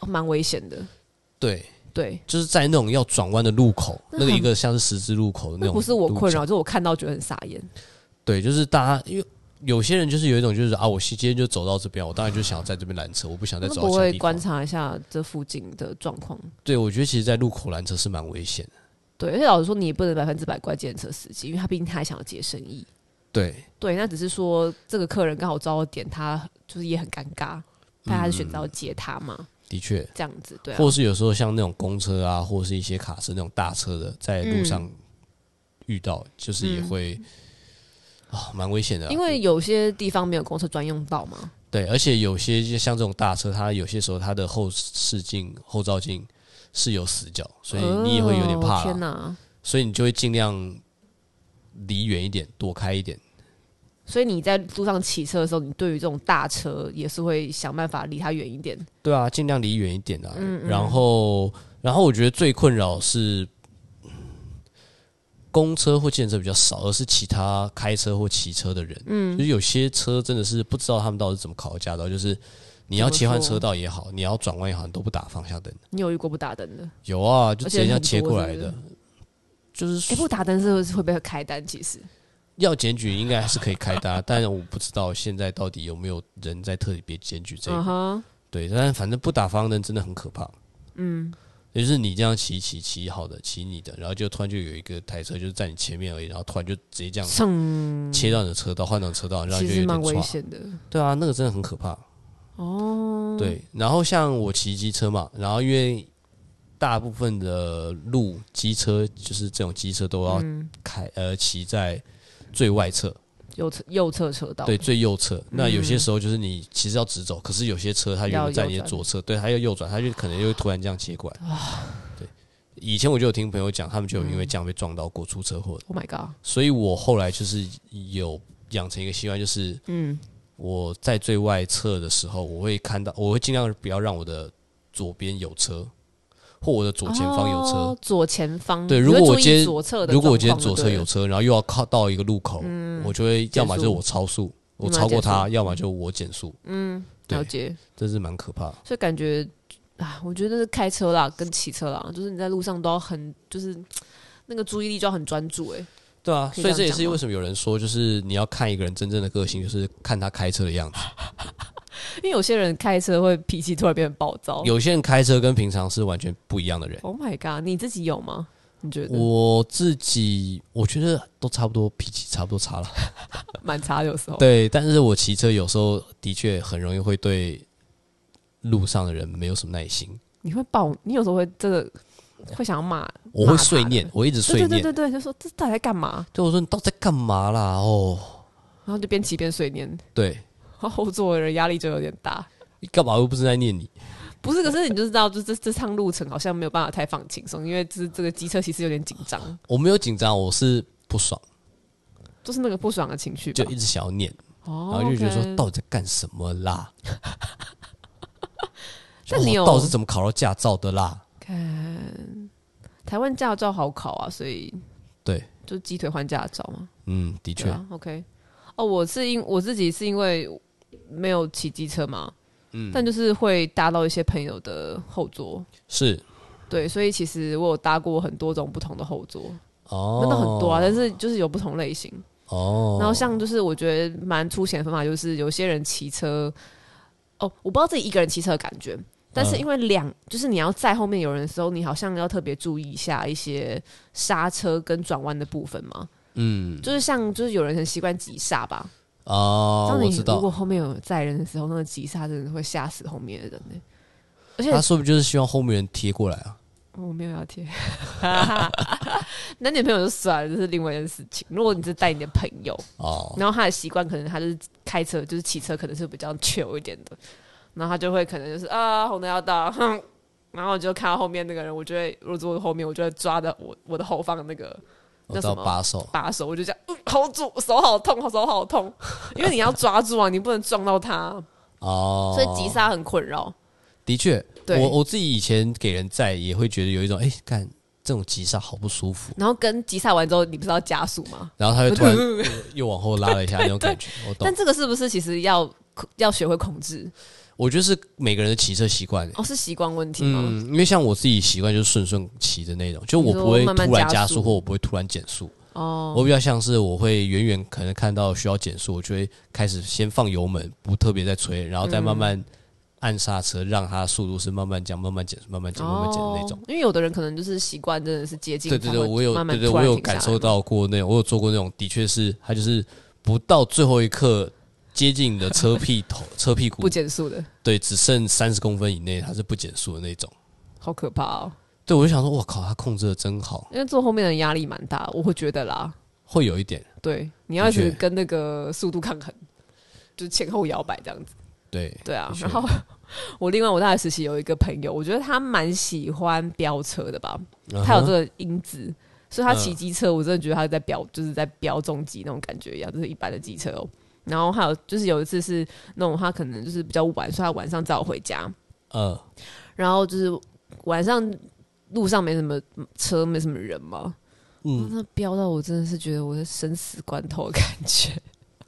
Speaker 1: 蛮危险的。
Speaker 2: 对，
Speaker 1: 对，
Speaker 2: 就是在那种要转弯的路口，
Speaker 1: 那
Speaker 2: 那个
Speaker 1: 很
Speaker 2: 一个像是十字路口的
Speaker 1: 那
Speaker 2: 那种，
Speaker 1: 不是我困扰，。就是我看到觉得很傻眼。
Speaker 2: 对，就是大家因为。有些人就是有一种，就是啊，我今天就走到这边，我当然就想要在这边拦车，我不想再
Speaker 1: 那
Speaker 2: 走到
Speaker 1: 我
Speaker 2: 其他
Speaker 1: 会
Speaker 2: 地方
Speaker 1: 观。察一下这附近的状况。
Speaker 2: 对，我觉得其实，在路口拦车是蛮危险的。
Speaker 1: 对，而且老实说，你也不能百分之百怪计程车司机，因为他毕竟他还想要接生意。
Speaker 2: 对，
Speaker 1: 对，那只是说这个客人刚好招到点，他就是也很尴尬，但他是
Speaker 2: 嗯
Speaker 1: 选择要接他嘛，
Speaker 2: 的确，
Speaker 1: 这样子对啊
Speaker 2: 或。是有时候像那种公车啊，或是一些卡车那种大车的，在
Speaker 1: 嗯
Speaker 2: 路上遇到，就是也会啊，蛮、危险的啊、
Speaker 1: 因为有些地方没有公车专用道嘛，
Speaker 2: 对，而且有些像这种大车，它有些时候它的后视镜、后照镜是有死角，所以你也会有点
Speaker 1: 哦
Speaker 2: 怕啦
Speaker 1: 天哪！
Speaker 2: 所以你就会尽量离远一点，躲开一点。
Speaker 1: 所以你在路上骑车的时候，你对于这种大车也是会想办法离它远一点。
Speaker 2: 对啊，尽量离远一点啊。然后，然后我觉得最困扰是嗯公车或计程车比较少，而是其他开车或骑车的人。嗯，就是有些车真的是不知道他们到底是怎么考的驾照，就是你要
Speaker 1: 怎么
Speaker 2: 切换
Speaker 1: 说
Speaker 2: 车道也好，你要转弯也好，你都不打方向灯。
Speaker 1: 你有遇过不打灯的？
Speaker 2: 有啊，就直接这样切过来
Speaker 1: 而且
Speaker 2: 的
Speaker 1: 很。
Speaker 2: 就是
Speaker 1: 哎、不打灯是不是会被开单？其实
Speaker 2: 要检举，应该还是可以开单，但我不知道现在到底有没有人在特别检举这一
Speaker 1: 嗯
Speaker 2: 块。
Speaker 1: 哼，
Speaker 2: 对，但反正不打方向灯真的很可怕。嗯，就是你这样骑骑骑好的，骑你的，然后就突然就有一个台车就是在你前面而已，然后突然就直接这样
Speaker 1: 蹭，
Speaker 2: 切到你的车道，换到你的车道，然
Speaker 1: 嗯
Speaker 2: 后
Speaker 1: 其
Speaker 2: 你就
Speaker 1: 实
Speaker 2: 有
Speaker 1: 蛮
Speaker 2: 点
Speaker 1: 危
Speaker 2: 抓。
Speaker 1: 险的。
Speaker 2: 对啊，那个真的很可怕。
Speaker 1: 哦，
Speaker 2: 对，然后像我骑机车嘛，然后因为大部分的路机车就是这种机车都要
Speaker 1: 嗯
Speaker 2: 开、呃骑在最外侧，
Speaker 1: 右侧右侧车道，
Speaker 2: 对，最右侧。那有些时候就是你其实要直走，可是有些车它原本在你的左侧，对，它要右转，它就可能又会突然这样切过来。对，以前我就有听朋友讲，他们就有因为这样被撞到过出车祸的，
Speaker 1: ，Oh my god，
Speaker 2: 所以我后来就是有养成一个习惯，就是
Speaker 1: 嗯，
Speaker 2: 我在最外侧的时候，我会看到，我会尽量不要让我的左边有车，或我的左前方有车。
Speaker 1: 哦左前方，
Speaker 2: 对
Speaker 1: 你
Speaker 2: 如果
Speaker 1: 会
Speaker 2: 我
Speaker 1: 注意
Speaker 2: 今天
Speaker 1: 左侧的状况就对了，嗯
Speaker 2: 如果我今天左侧有车，然后又要靠到一个路口，我就会要么就是
Speaker 1: 减速
Speaker 2: 我超速，我
Speaker 1: 要么
Speaker 2: 超过
Speaker 1: 减速嗯
Speaker 2: 他，要么就我减速，对
Speaker 1: 了解，
Speaker 2: 这是蛮可怕的。
Speaker 1: 所以感觉啊，我觉得是开车啦，跟骑车啦，就是你在路上都要很，就是那个注意力就要很专注、欸，
Speaker 2: 对啊，
Speaker 1: 可以
Speaker 2: 所以
Speaker 1: 这
Speaker 2: 这
Speaker 1: 样
Speaker 2: 也
Speaker 1: 讲
Speaker 2: 是
Speaker 1: 吗
Speaker 2: 为什么有人说，就是你要看一个人真正的个性，就是看他开车的样子。
Speaker 1: 因为有些人开车会脾气突然变得暴躁。
Speaker 2: 有些人开车跟平常是完全不一样的人。
Speaker 1: ，Oh my god，你自己有吗？你觉得
Speaker 2: 我自己我觉得都差不多，脾气差不多差了。
Speaker 1: 蛮差的有时候。
Speaker 2: 对，但是我骑车有时候的确很容易会对路上的人没有什么耐心，
Speaker 1: 你会暴，你有时候会真的会想要骂，
Speaker 2: 我
Speaker 1: 骂
Speaker 2: 会
Speaker 1: 他
Speaker 2: 碎
Speaker 1: 的
Speaker 2: 念，我一直碎
Speaker 1: 对对
Speaker 2: 念。
Speaker 1: 对对对，就说这到底在干嘛？
Speaker 2: 对我说你到底在干嘛啦？哦，
Speaker 1: 然后就边骑边碎念，
Speaker 2: 对，
Speaker 1: 然后作为人压力就有点大。
Speaker 2: 你干嘛又不是在念你？
Speaker 1: 不是，可是你就知道，就这这趟路程好像没有办法太放轻松，因为这这个机车其实有点紧张，
Speaker 2: 我没有紧张，我是不爽，
Speaker 1: 就是那个不爽的情绪吧
Speaker 2: 就。一直想要念，然
Speaker 1: 哦，
Speaker 2: 后就觉得说
Speaker 1: OK
Speaker 2: 到底在干什么啦？
Speaker 1: 那你有
Speaker 2: 然后到底是怎么考到驾照的啦？
Speaker 1: 看台湾驾照好考啊，所以
Speaker 2: 对，
Speaker 1: 就鸡腿换驾照嘛。
Speaker 2: 嗯，的确
Speaker 1: 对，啊，OK。哦，我是因我自己是因为没有骑机车嘛，嗯，但就是会搭到一些朋友的后座，
Speaker 2: 是
Speaker 1: 对，所以其实我有搭过很多种不同的后座，
Speaker 2: 哦，
Speaker 1: 真的很多啊，但是就是有不同类型。
Speaker 2: 哦，
Speaker 1: 然后像就是我觉得蛮粗浅的方法，就是有些人骑车，哦，我不知道自己一个人骑车的感觉，但
Speaker 2: 嗯
Speaker 1: 是因为两、就是你要在后面有人的时候，你好像要特别注意一下一些刹车跟转弯的部分嘛。
Speaker 2: 嗯
Speaker 1: 就是像就是有人很习惯急刹吧，
Speaker 2: 哦，
Speaker 1: 当
Speaker 2: 我
Speaker 1: 你
Speaker 2: 知
Speaker 1: 如
Speaker 2: 道
Speaker 1: 果，后面有载人的时候，那个急刹真的会吓死后面的人呢、而且
Speaker 2: 他说不定就是希望后面人贴过来啊？
Speaker 1: 哦我没有要 贴， 男女朋友就算了，这是另外一件事情。如果你是带你的朋友，
Speaker 2: 哦，
Speaker 1: 然后他的习惯可能他就是开车，就是骑车可能是比较 chill 一点的，然后他就会可能就是啊红灯要到，哼 然后我就看到后面那个人，我就会如果坐后面，我就会抓着我我的后方那个
Speaker 2: 我
Speaker 1: 叫
Speaker 2: 到
Speaker 1: 什么
Speaker 2: 把手，
Speaker 1: 把手，我就这样、嗯、hold 住，手好痛，手好痛，因为你要抓住啊，你不能撞到他，
Speaker 2: 哦，
Speaker 1: 所以急刹很困扰。
Speaker 2: 的确，
Speaker 1: 对
Speaker 2: 我我自己以前给人在也会觉得有一种，哎、看这种急刹好不舒服，
Speaker 1: 然后跟急刹完之后，你不是要加速吗？
Speaker 2: 然后他 就突然又往后拉了一下那种感觉，我
Speaker 1: 但
Speaker 2: 懂。
Speaker 1: 这个是不是其实要要学会控制？
Speaker 2: 我觉得是每个人的骑车习惯、
Speaker 1: 哦，是习惯问题吗？
Speaker 2: 嗯，因为像我自己习惯就是顺顺骑的那种，就我
Speaker 1: 你说
Speaker 2: 不会
Speaker 1: 慢慢
Speaker 2: 突然
Speaker 1: 加
Speaker 2: 加
Speaker 1: 速
Speaker 2: 速或我不会突然减速，
Speaker 1: 哦，
Speaker 2: 我比较像是我会远远可能看到需要减速，我就会开始先放油门，不特别再催，然后再
Speaker 1: 嗯
Speaker 2: 慢慢按刹车，让它速度是慢慢降、慢慢减、慢慢减、慢慢减的那种
Speaker 1: 哦。。因为有的人可能就是习惯，真的是接近
Speaker 2: 对
Speaker 1: 才
Speaker 2: 对
Speaker 1: 会
Speaker 2: 对，我有
Speaker 1: 慢慢
Speaker 2: 对对，
Speaker 1: 突
Speaker 2: 我
Speaker 1: 然
Speaker 2: 有
Speaker 1: 停下
Speaker 2: 感
Speaker 1: 来
Speaker 2: 受。到过那种，我有做过那种，的确是他就是不到最后一刻接近你的车屁 头、车屁股
Speaker 1: 不，减速的，
Speaker 2: 对，只剩三十公分以内，他是不减速的那种。
Speaker 1: 好可怕哦！
Speaker 2: 对，我就想说，我靠，他控制的真好，
Speaker 1: 因为坐后面的人压力蛮大，我会觉得啦，
Speaker 2: 会有一点
Speaker 1: 对，你要一
Speaker 2: 的
Speaker 1: 直
Speaker 2: 确
Speaker 1: 跟那个速度抗衡，就是前后摇摆这样子。
Speaker 2: 对
Speaker 1: 对啊
Speaker 2: 的，确
Speaker 1: 然后 我另外我大学时期有一个朋友，我觉得他蛮喜欢飙车的吧，
Speaker 2: 嗯
Speaker 1: 他有这个因子，嗯所以他骑机车，我真的觉得他在飙，就是在飙重机那种感觉一样，就是一般的机车哦。然后还有就是有一次是那种他可能就是比较晚，所以他晚上载我回家，
Speaker 2: 嗯呃
Speaker 1: 然后就是晚上路上没什么车，没什么人嘛。嗯，那飙到我真的是觉得我是生死关头的感觉，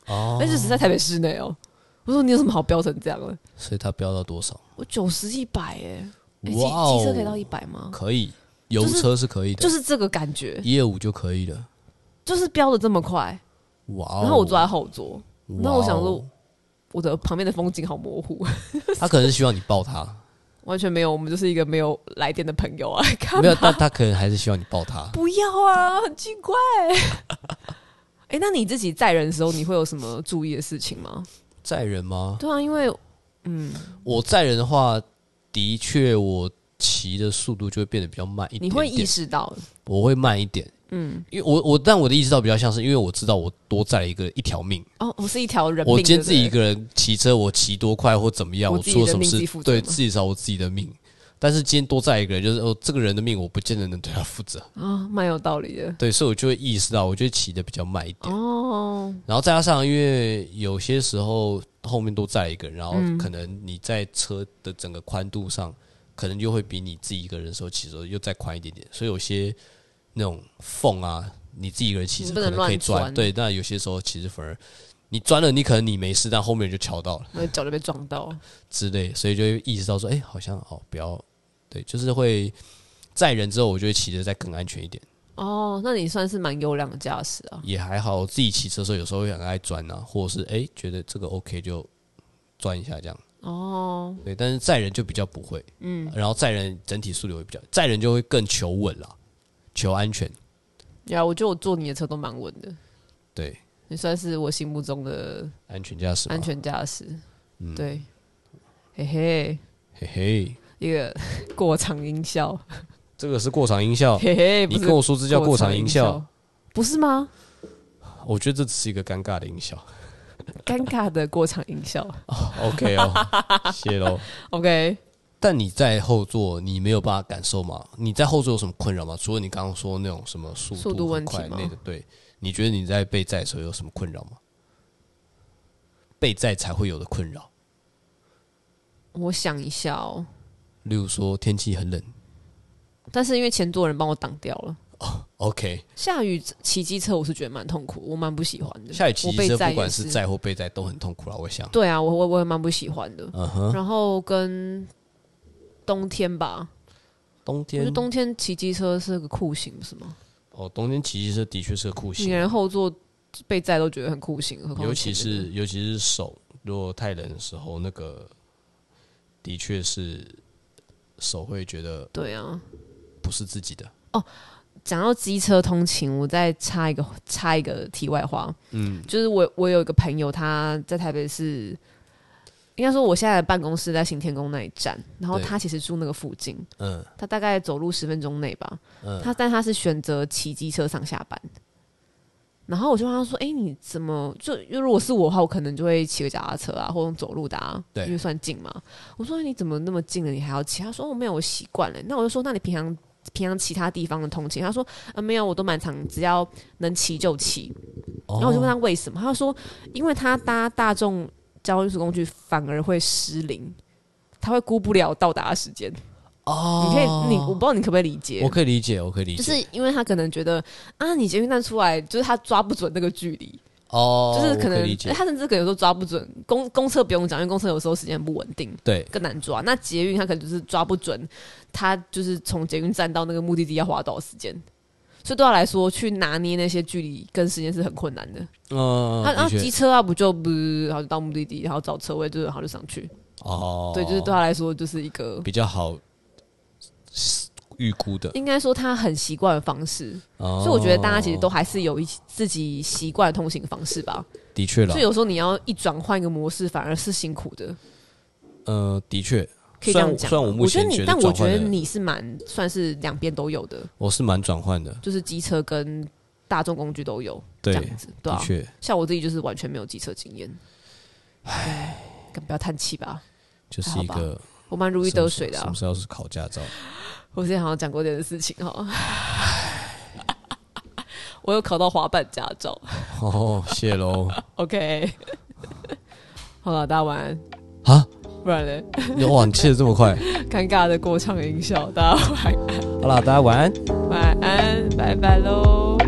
Speaker 2: 哦
Speaker 1: 但，是只在台北市内哦。我说你有什么好飙成这样的？
Speaker 2: 所以他飙到多少？
Speaker 1: 我九十一百哎，诶机
Speaker 2: 哇哦
Speaker 1: 机车可以到一百吗？
Speaker 2: 可以，油
Speaker 1: 就是
Speaker 2: 车是可以的，
Speaker 1: 就是这个感觉，
Speaker 2: 一二五就可以了。
Speaker 1: 就是飙的这么快。
Speaker 2: 哇哦！
Speaker 1: 然后我坐在后座，
Speaker 2: 哇哦，
Speaker 1: 那我想说我的旁边的风景好模糊，
Speaker 2: 他可能是希望你抱他，
Speaker 1: 完全没有，我们就是一个没有来电的朋友啊， 干
Speaker 2: 没有，
Speaker 1: 嘛？
Speaker 2: 但他可能还是希望你抱他。
Speaker 1: 不要啊，很奇怪。 哎、那你自己载人的时候，你会有什么注意的事情吗？
Speaker 2: 载人吗？
Speaker 1: 对啊，因为嗯，
Speaker 2: 我载人的话，的确我骑的速度就会变得比较慢一点
Speaker 1: 你
Speaker 2: 点
Speaker 1: 会意识到，
Speaker 2: 我会慢一点，
Speaker 1: 嗯，
Speaker 2: 因为我我但我的意识到比较像是，因为我知道我多载了一个一条命。
Speaker 1: 哦，我是一条人命，
Speaker 2: 我今天自己一
Speaker 1: 对不对
Speaker 2: 个人骑车，我骑多快或怎么样，
Speaker 1: 我
Speaker 2: 我
Speaker 1: 自己
Speaker 2: 出了
Speaker 1: 的
Speaker 2: 什么
Speaker 1: 命自
Speaker 2: 事
Speaker 1: 己负，责
Speaker 2: 对
Speaker 1: 嘛
Speaker 2: 自己找我自己的命。但是今天多载一个人，就是哦，这个人的命我不见得能对他负责，
Speaker 1: 啊，蛮有道理的。
Speaker 2: 对，所以我就会意识到，我就会骑的比较慢一点。
Speaker 1: 哦，
Speaker 2: 然后再加上，因为有些时候后面都载一个人，然后
Speaker 1: 嗯
Speaker 2: 可能你在车的整个宽度上，可能就会比你自己一个人的时候骑的时候又再宽一点点，所以有些那种缝啊，你自己一个人骑车
Speaker 1: 你不
Speaker 2: 可
Speaker 1: 能
Speaker 2: 能可以
Speaker 1: 乱
Speaker 2: 钻，
Speaker 1: 钻
Speaker 2: 对，但有些时候其实反而你钻了，你可能你没事，但后面人就敲到了
Speaker 1: 我的脚就被撞到，
Speaker 2: 之类，所以就会意识到说，哎、好像哦，不要，对，就是会载人之后，我就会骑的再更安全一点，
Speaker 1: 哦，那你算是蛮优良的驾驶啊。
Speaker 2: 也还好。我自己骑车的时候，有时候会很爱钻啊，或者是哎、觉得这个 OK 就钻一下这样。
Speaker 1: 哦，
Speaker 2: 对，但是载人就比较不会，嗯，然后载人整体速度会比较，载人就会更求稳啦，求安全，
Speaker 1: 呀、我觉得我坐你的车都蛮稳的，
Speaker 2: 对，
Speaker 1: 你算是我心目中的
Speaker 2: 安全驾驶嘛，
Speaker 1: 安，全驾驶。
Speaker 2: 嗯
Speaker 1: 对，嘿嘿，
Speaker 2: 嘿嘿，
Speaker 1: 一个 过场音效，
Speaker 2: 这个是过场音效，
Speaker 1: 嘿嘿，
Speaker 2: 哦你
Speaker 1: 不是
Speaker 2: 跟我说这叫过场
Speaker 1: 音
Speaker 2: 音效，，
Speaker 1: 不是吗？
Speaker 2: 我觉得这只是一个尴尬的音效
Speaker 1: 尴尬的过场音效。
Speaker 2: ，OK 哦，谢喽。
Speaker 1: OK，
Speaker 2: 但你在后座，你没有办法感受吗？你在后座有什么困扰吗？除了你刚刚说那种什么速
Speaker 1: 速度
Speaker 2: 度很
Speaker 1: 问题
Speaker 2: 快
Speaker 1: 吗
Speaker 2: 那个，对，你觉得你在被载的时候有什么困扰吗？被载才会有的困扰，
Speaker 1: 我想一下哦，
Speaker 2: 例如说天气很冷。
Speaker 1: 但是因为前座人帮我挡掉了。
Speaker 2: OK，
Speaker 1: 下雨骑机车，我是觉得蛮痛苦，我蛮不喜欢的。
Speaker 2: 下雨骑
Speaker 1: 我被
Speaker 2: 机车
Speaker 1: 载
Speaker 2: 不管
Speaker 1: 也
Speaker 2: 是
Speaker 1: 是
Speaker 2: 载或被载都很痛苦了，我想。
Speaker 1: 对啊，我我我也蛮不喜欢的。
Speaker 2: 嗯哼，
Speaker 1: 然后跟冬天吧，
Speaker 2: 冬
Speaker 1: 我觉得
Speaker 2: 天
Speaker 1: 冬天骑机车是个酷刑，不是吗？
Speaker 2: 哦，冬天骑机车的确是个酷
Speaker 1: 你
Speaker 2: 刑，
Speaker 1: 连后座被载都觉得很酷刑，何况
Speaker 2: 尤其
Speaker 1: 前面
Speaker 2: 是尤其是手，如果太冷的时候，那个的确是手会觉得
Speaker 1: 对啊。
Speaker 2: 不是自己的。
Speaker 1: 讲到机车通勤，我再插一个插一个题外话，嗯，就是我我有一个朋友，他在台北市，应该说我现在的办公室在行天宫那一站，然后
Speaker 2: 对
Speaker 1: 他其实住那个附近，
Speaker 2: 嗯，
Speaker 1: 他大概走路十分钟内吧，他但他是选择骑机车上下班，然后我就问他说：“哎、你怎么就因为如果是我的话，我可能就会骑个脚踏车啊，或用走路的啊，
Speaker 2: 对
Speaker 1: 因为算近嘛。”我说：“你怎么那么近了，你还要骑？”他说：“哦我、没有，我习惯了。”那我就说：“那你平常平常其他地方的通勤？”他说：“呃，没有，我都蛮常，只要能骑就骑。”
Speaker 2: 然
Speaker 1: 然后我就问他为什么，他就说：“因为他搭大众交通工具反而会失灵，他会估不了到达的时间。
Speaker 2: 哦，
Speaker 1: 你可以，你我不知道你可不可以理解？
Speaker 2: 我可以理解，我可以理
Speaker 1: 就
Speaker 2: 解，
Speaker 1: 是因为他可能觉得啊，你捷运站出来，就是他抓不准那个距离，
Speaker 2: 哦，
Speaker 1: 就是
Speaker 2: 我
Speaker 1: 可能
Speaker 2: 以理 解，
Speaker 1: 他甚至可能有时候抓不准公公车不用讲，因为公车有时候时间不稳定，
Speaker 2: 对，
Speaker 1: 更难抓。那捷运他可能就是抓不准，他就是从捷运站到那个目的地要花多少时间。所以对他来说，去拿捏那些距离跟时间是很困难的。
Speaker 2: 嗯，
Speaker 1: 他然后
Speaker 2: 的确
Speaker 1: 机车啊，不就不，然后就到目的地，然后找车位，就是然后就上去。
Speaker 2: 哦，
Speaker 1: 对，就是对他啊来说，就是一个
Speaker 2: 比较好预估的，哦
Speaker 1: 应该说他很习惯的方式。
Speaker 2: 所
Speaker 1: 所以我觉得大家其实都还是有一自己习惯的通行方式吧。
Speaker 2: 的确了
Speaker 1: 所以，有时候你要一转换一个模式，反而是辛苦的，
Speaker 2: 呃，的确，
Speaker 1: 可以
Speaker 2: 虽
Speaker 1: 这
Speaker 2: 然
Speaker 1: 样讲
Speaker 2: 虽然
Speaker 1: 吗。
Speaker 2: 我目
Speaker 1: 我觉
Speaker 2: 前
Speaker 1: 得你，
Speaker 2: 得
Speaker 1: 但我
Speaker 2: 转
Speaker 1: 觉
Speaker 2: 换的
Speaker 1: 得你是蛮算是两边都有的，
Speaker 2: 我是蛮转换的，
Speaker 1: 就是机车跟大众工具都有这
Speaker 2: 对，
Speaker 1: 样子，对
Speaker 2: 的
Speaker 1: 啊。
Speaker 2: 确，
Speaker 1: 像我自己就是完全没有机车经验，唉，更不要叹气吧，
Speaker 2: 就是一个
Speaker 1: 我蛮如鱼得水的、
Speaker 2: 什
Speaker 1: 啊
Speaker 2: 么。时候是 考驾照？
Speaker 1: 我之前好像讲过这件事情哈。我有考到滑板驾照
Speaker 2: 哦，谢喽。
Speaker 1: ，OK。好了，大家晚安。
Speaker 2: 啊，
Speaker 1: 不然嘞，
Speaker 2: 哇，你切的这么快。
Speaker 1: 尴尬的过场音效，大家晚
Speaker 2: 好了，大家晚安。
Speaker 1: 晚安，拜拜喽。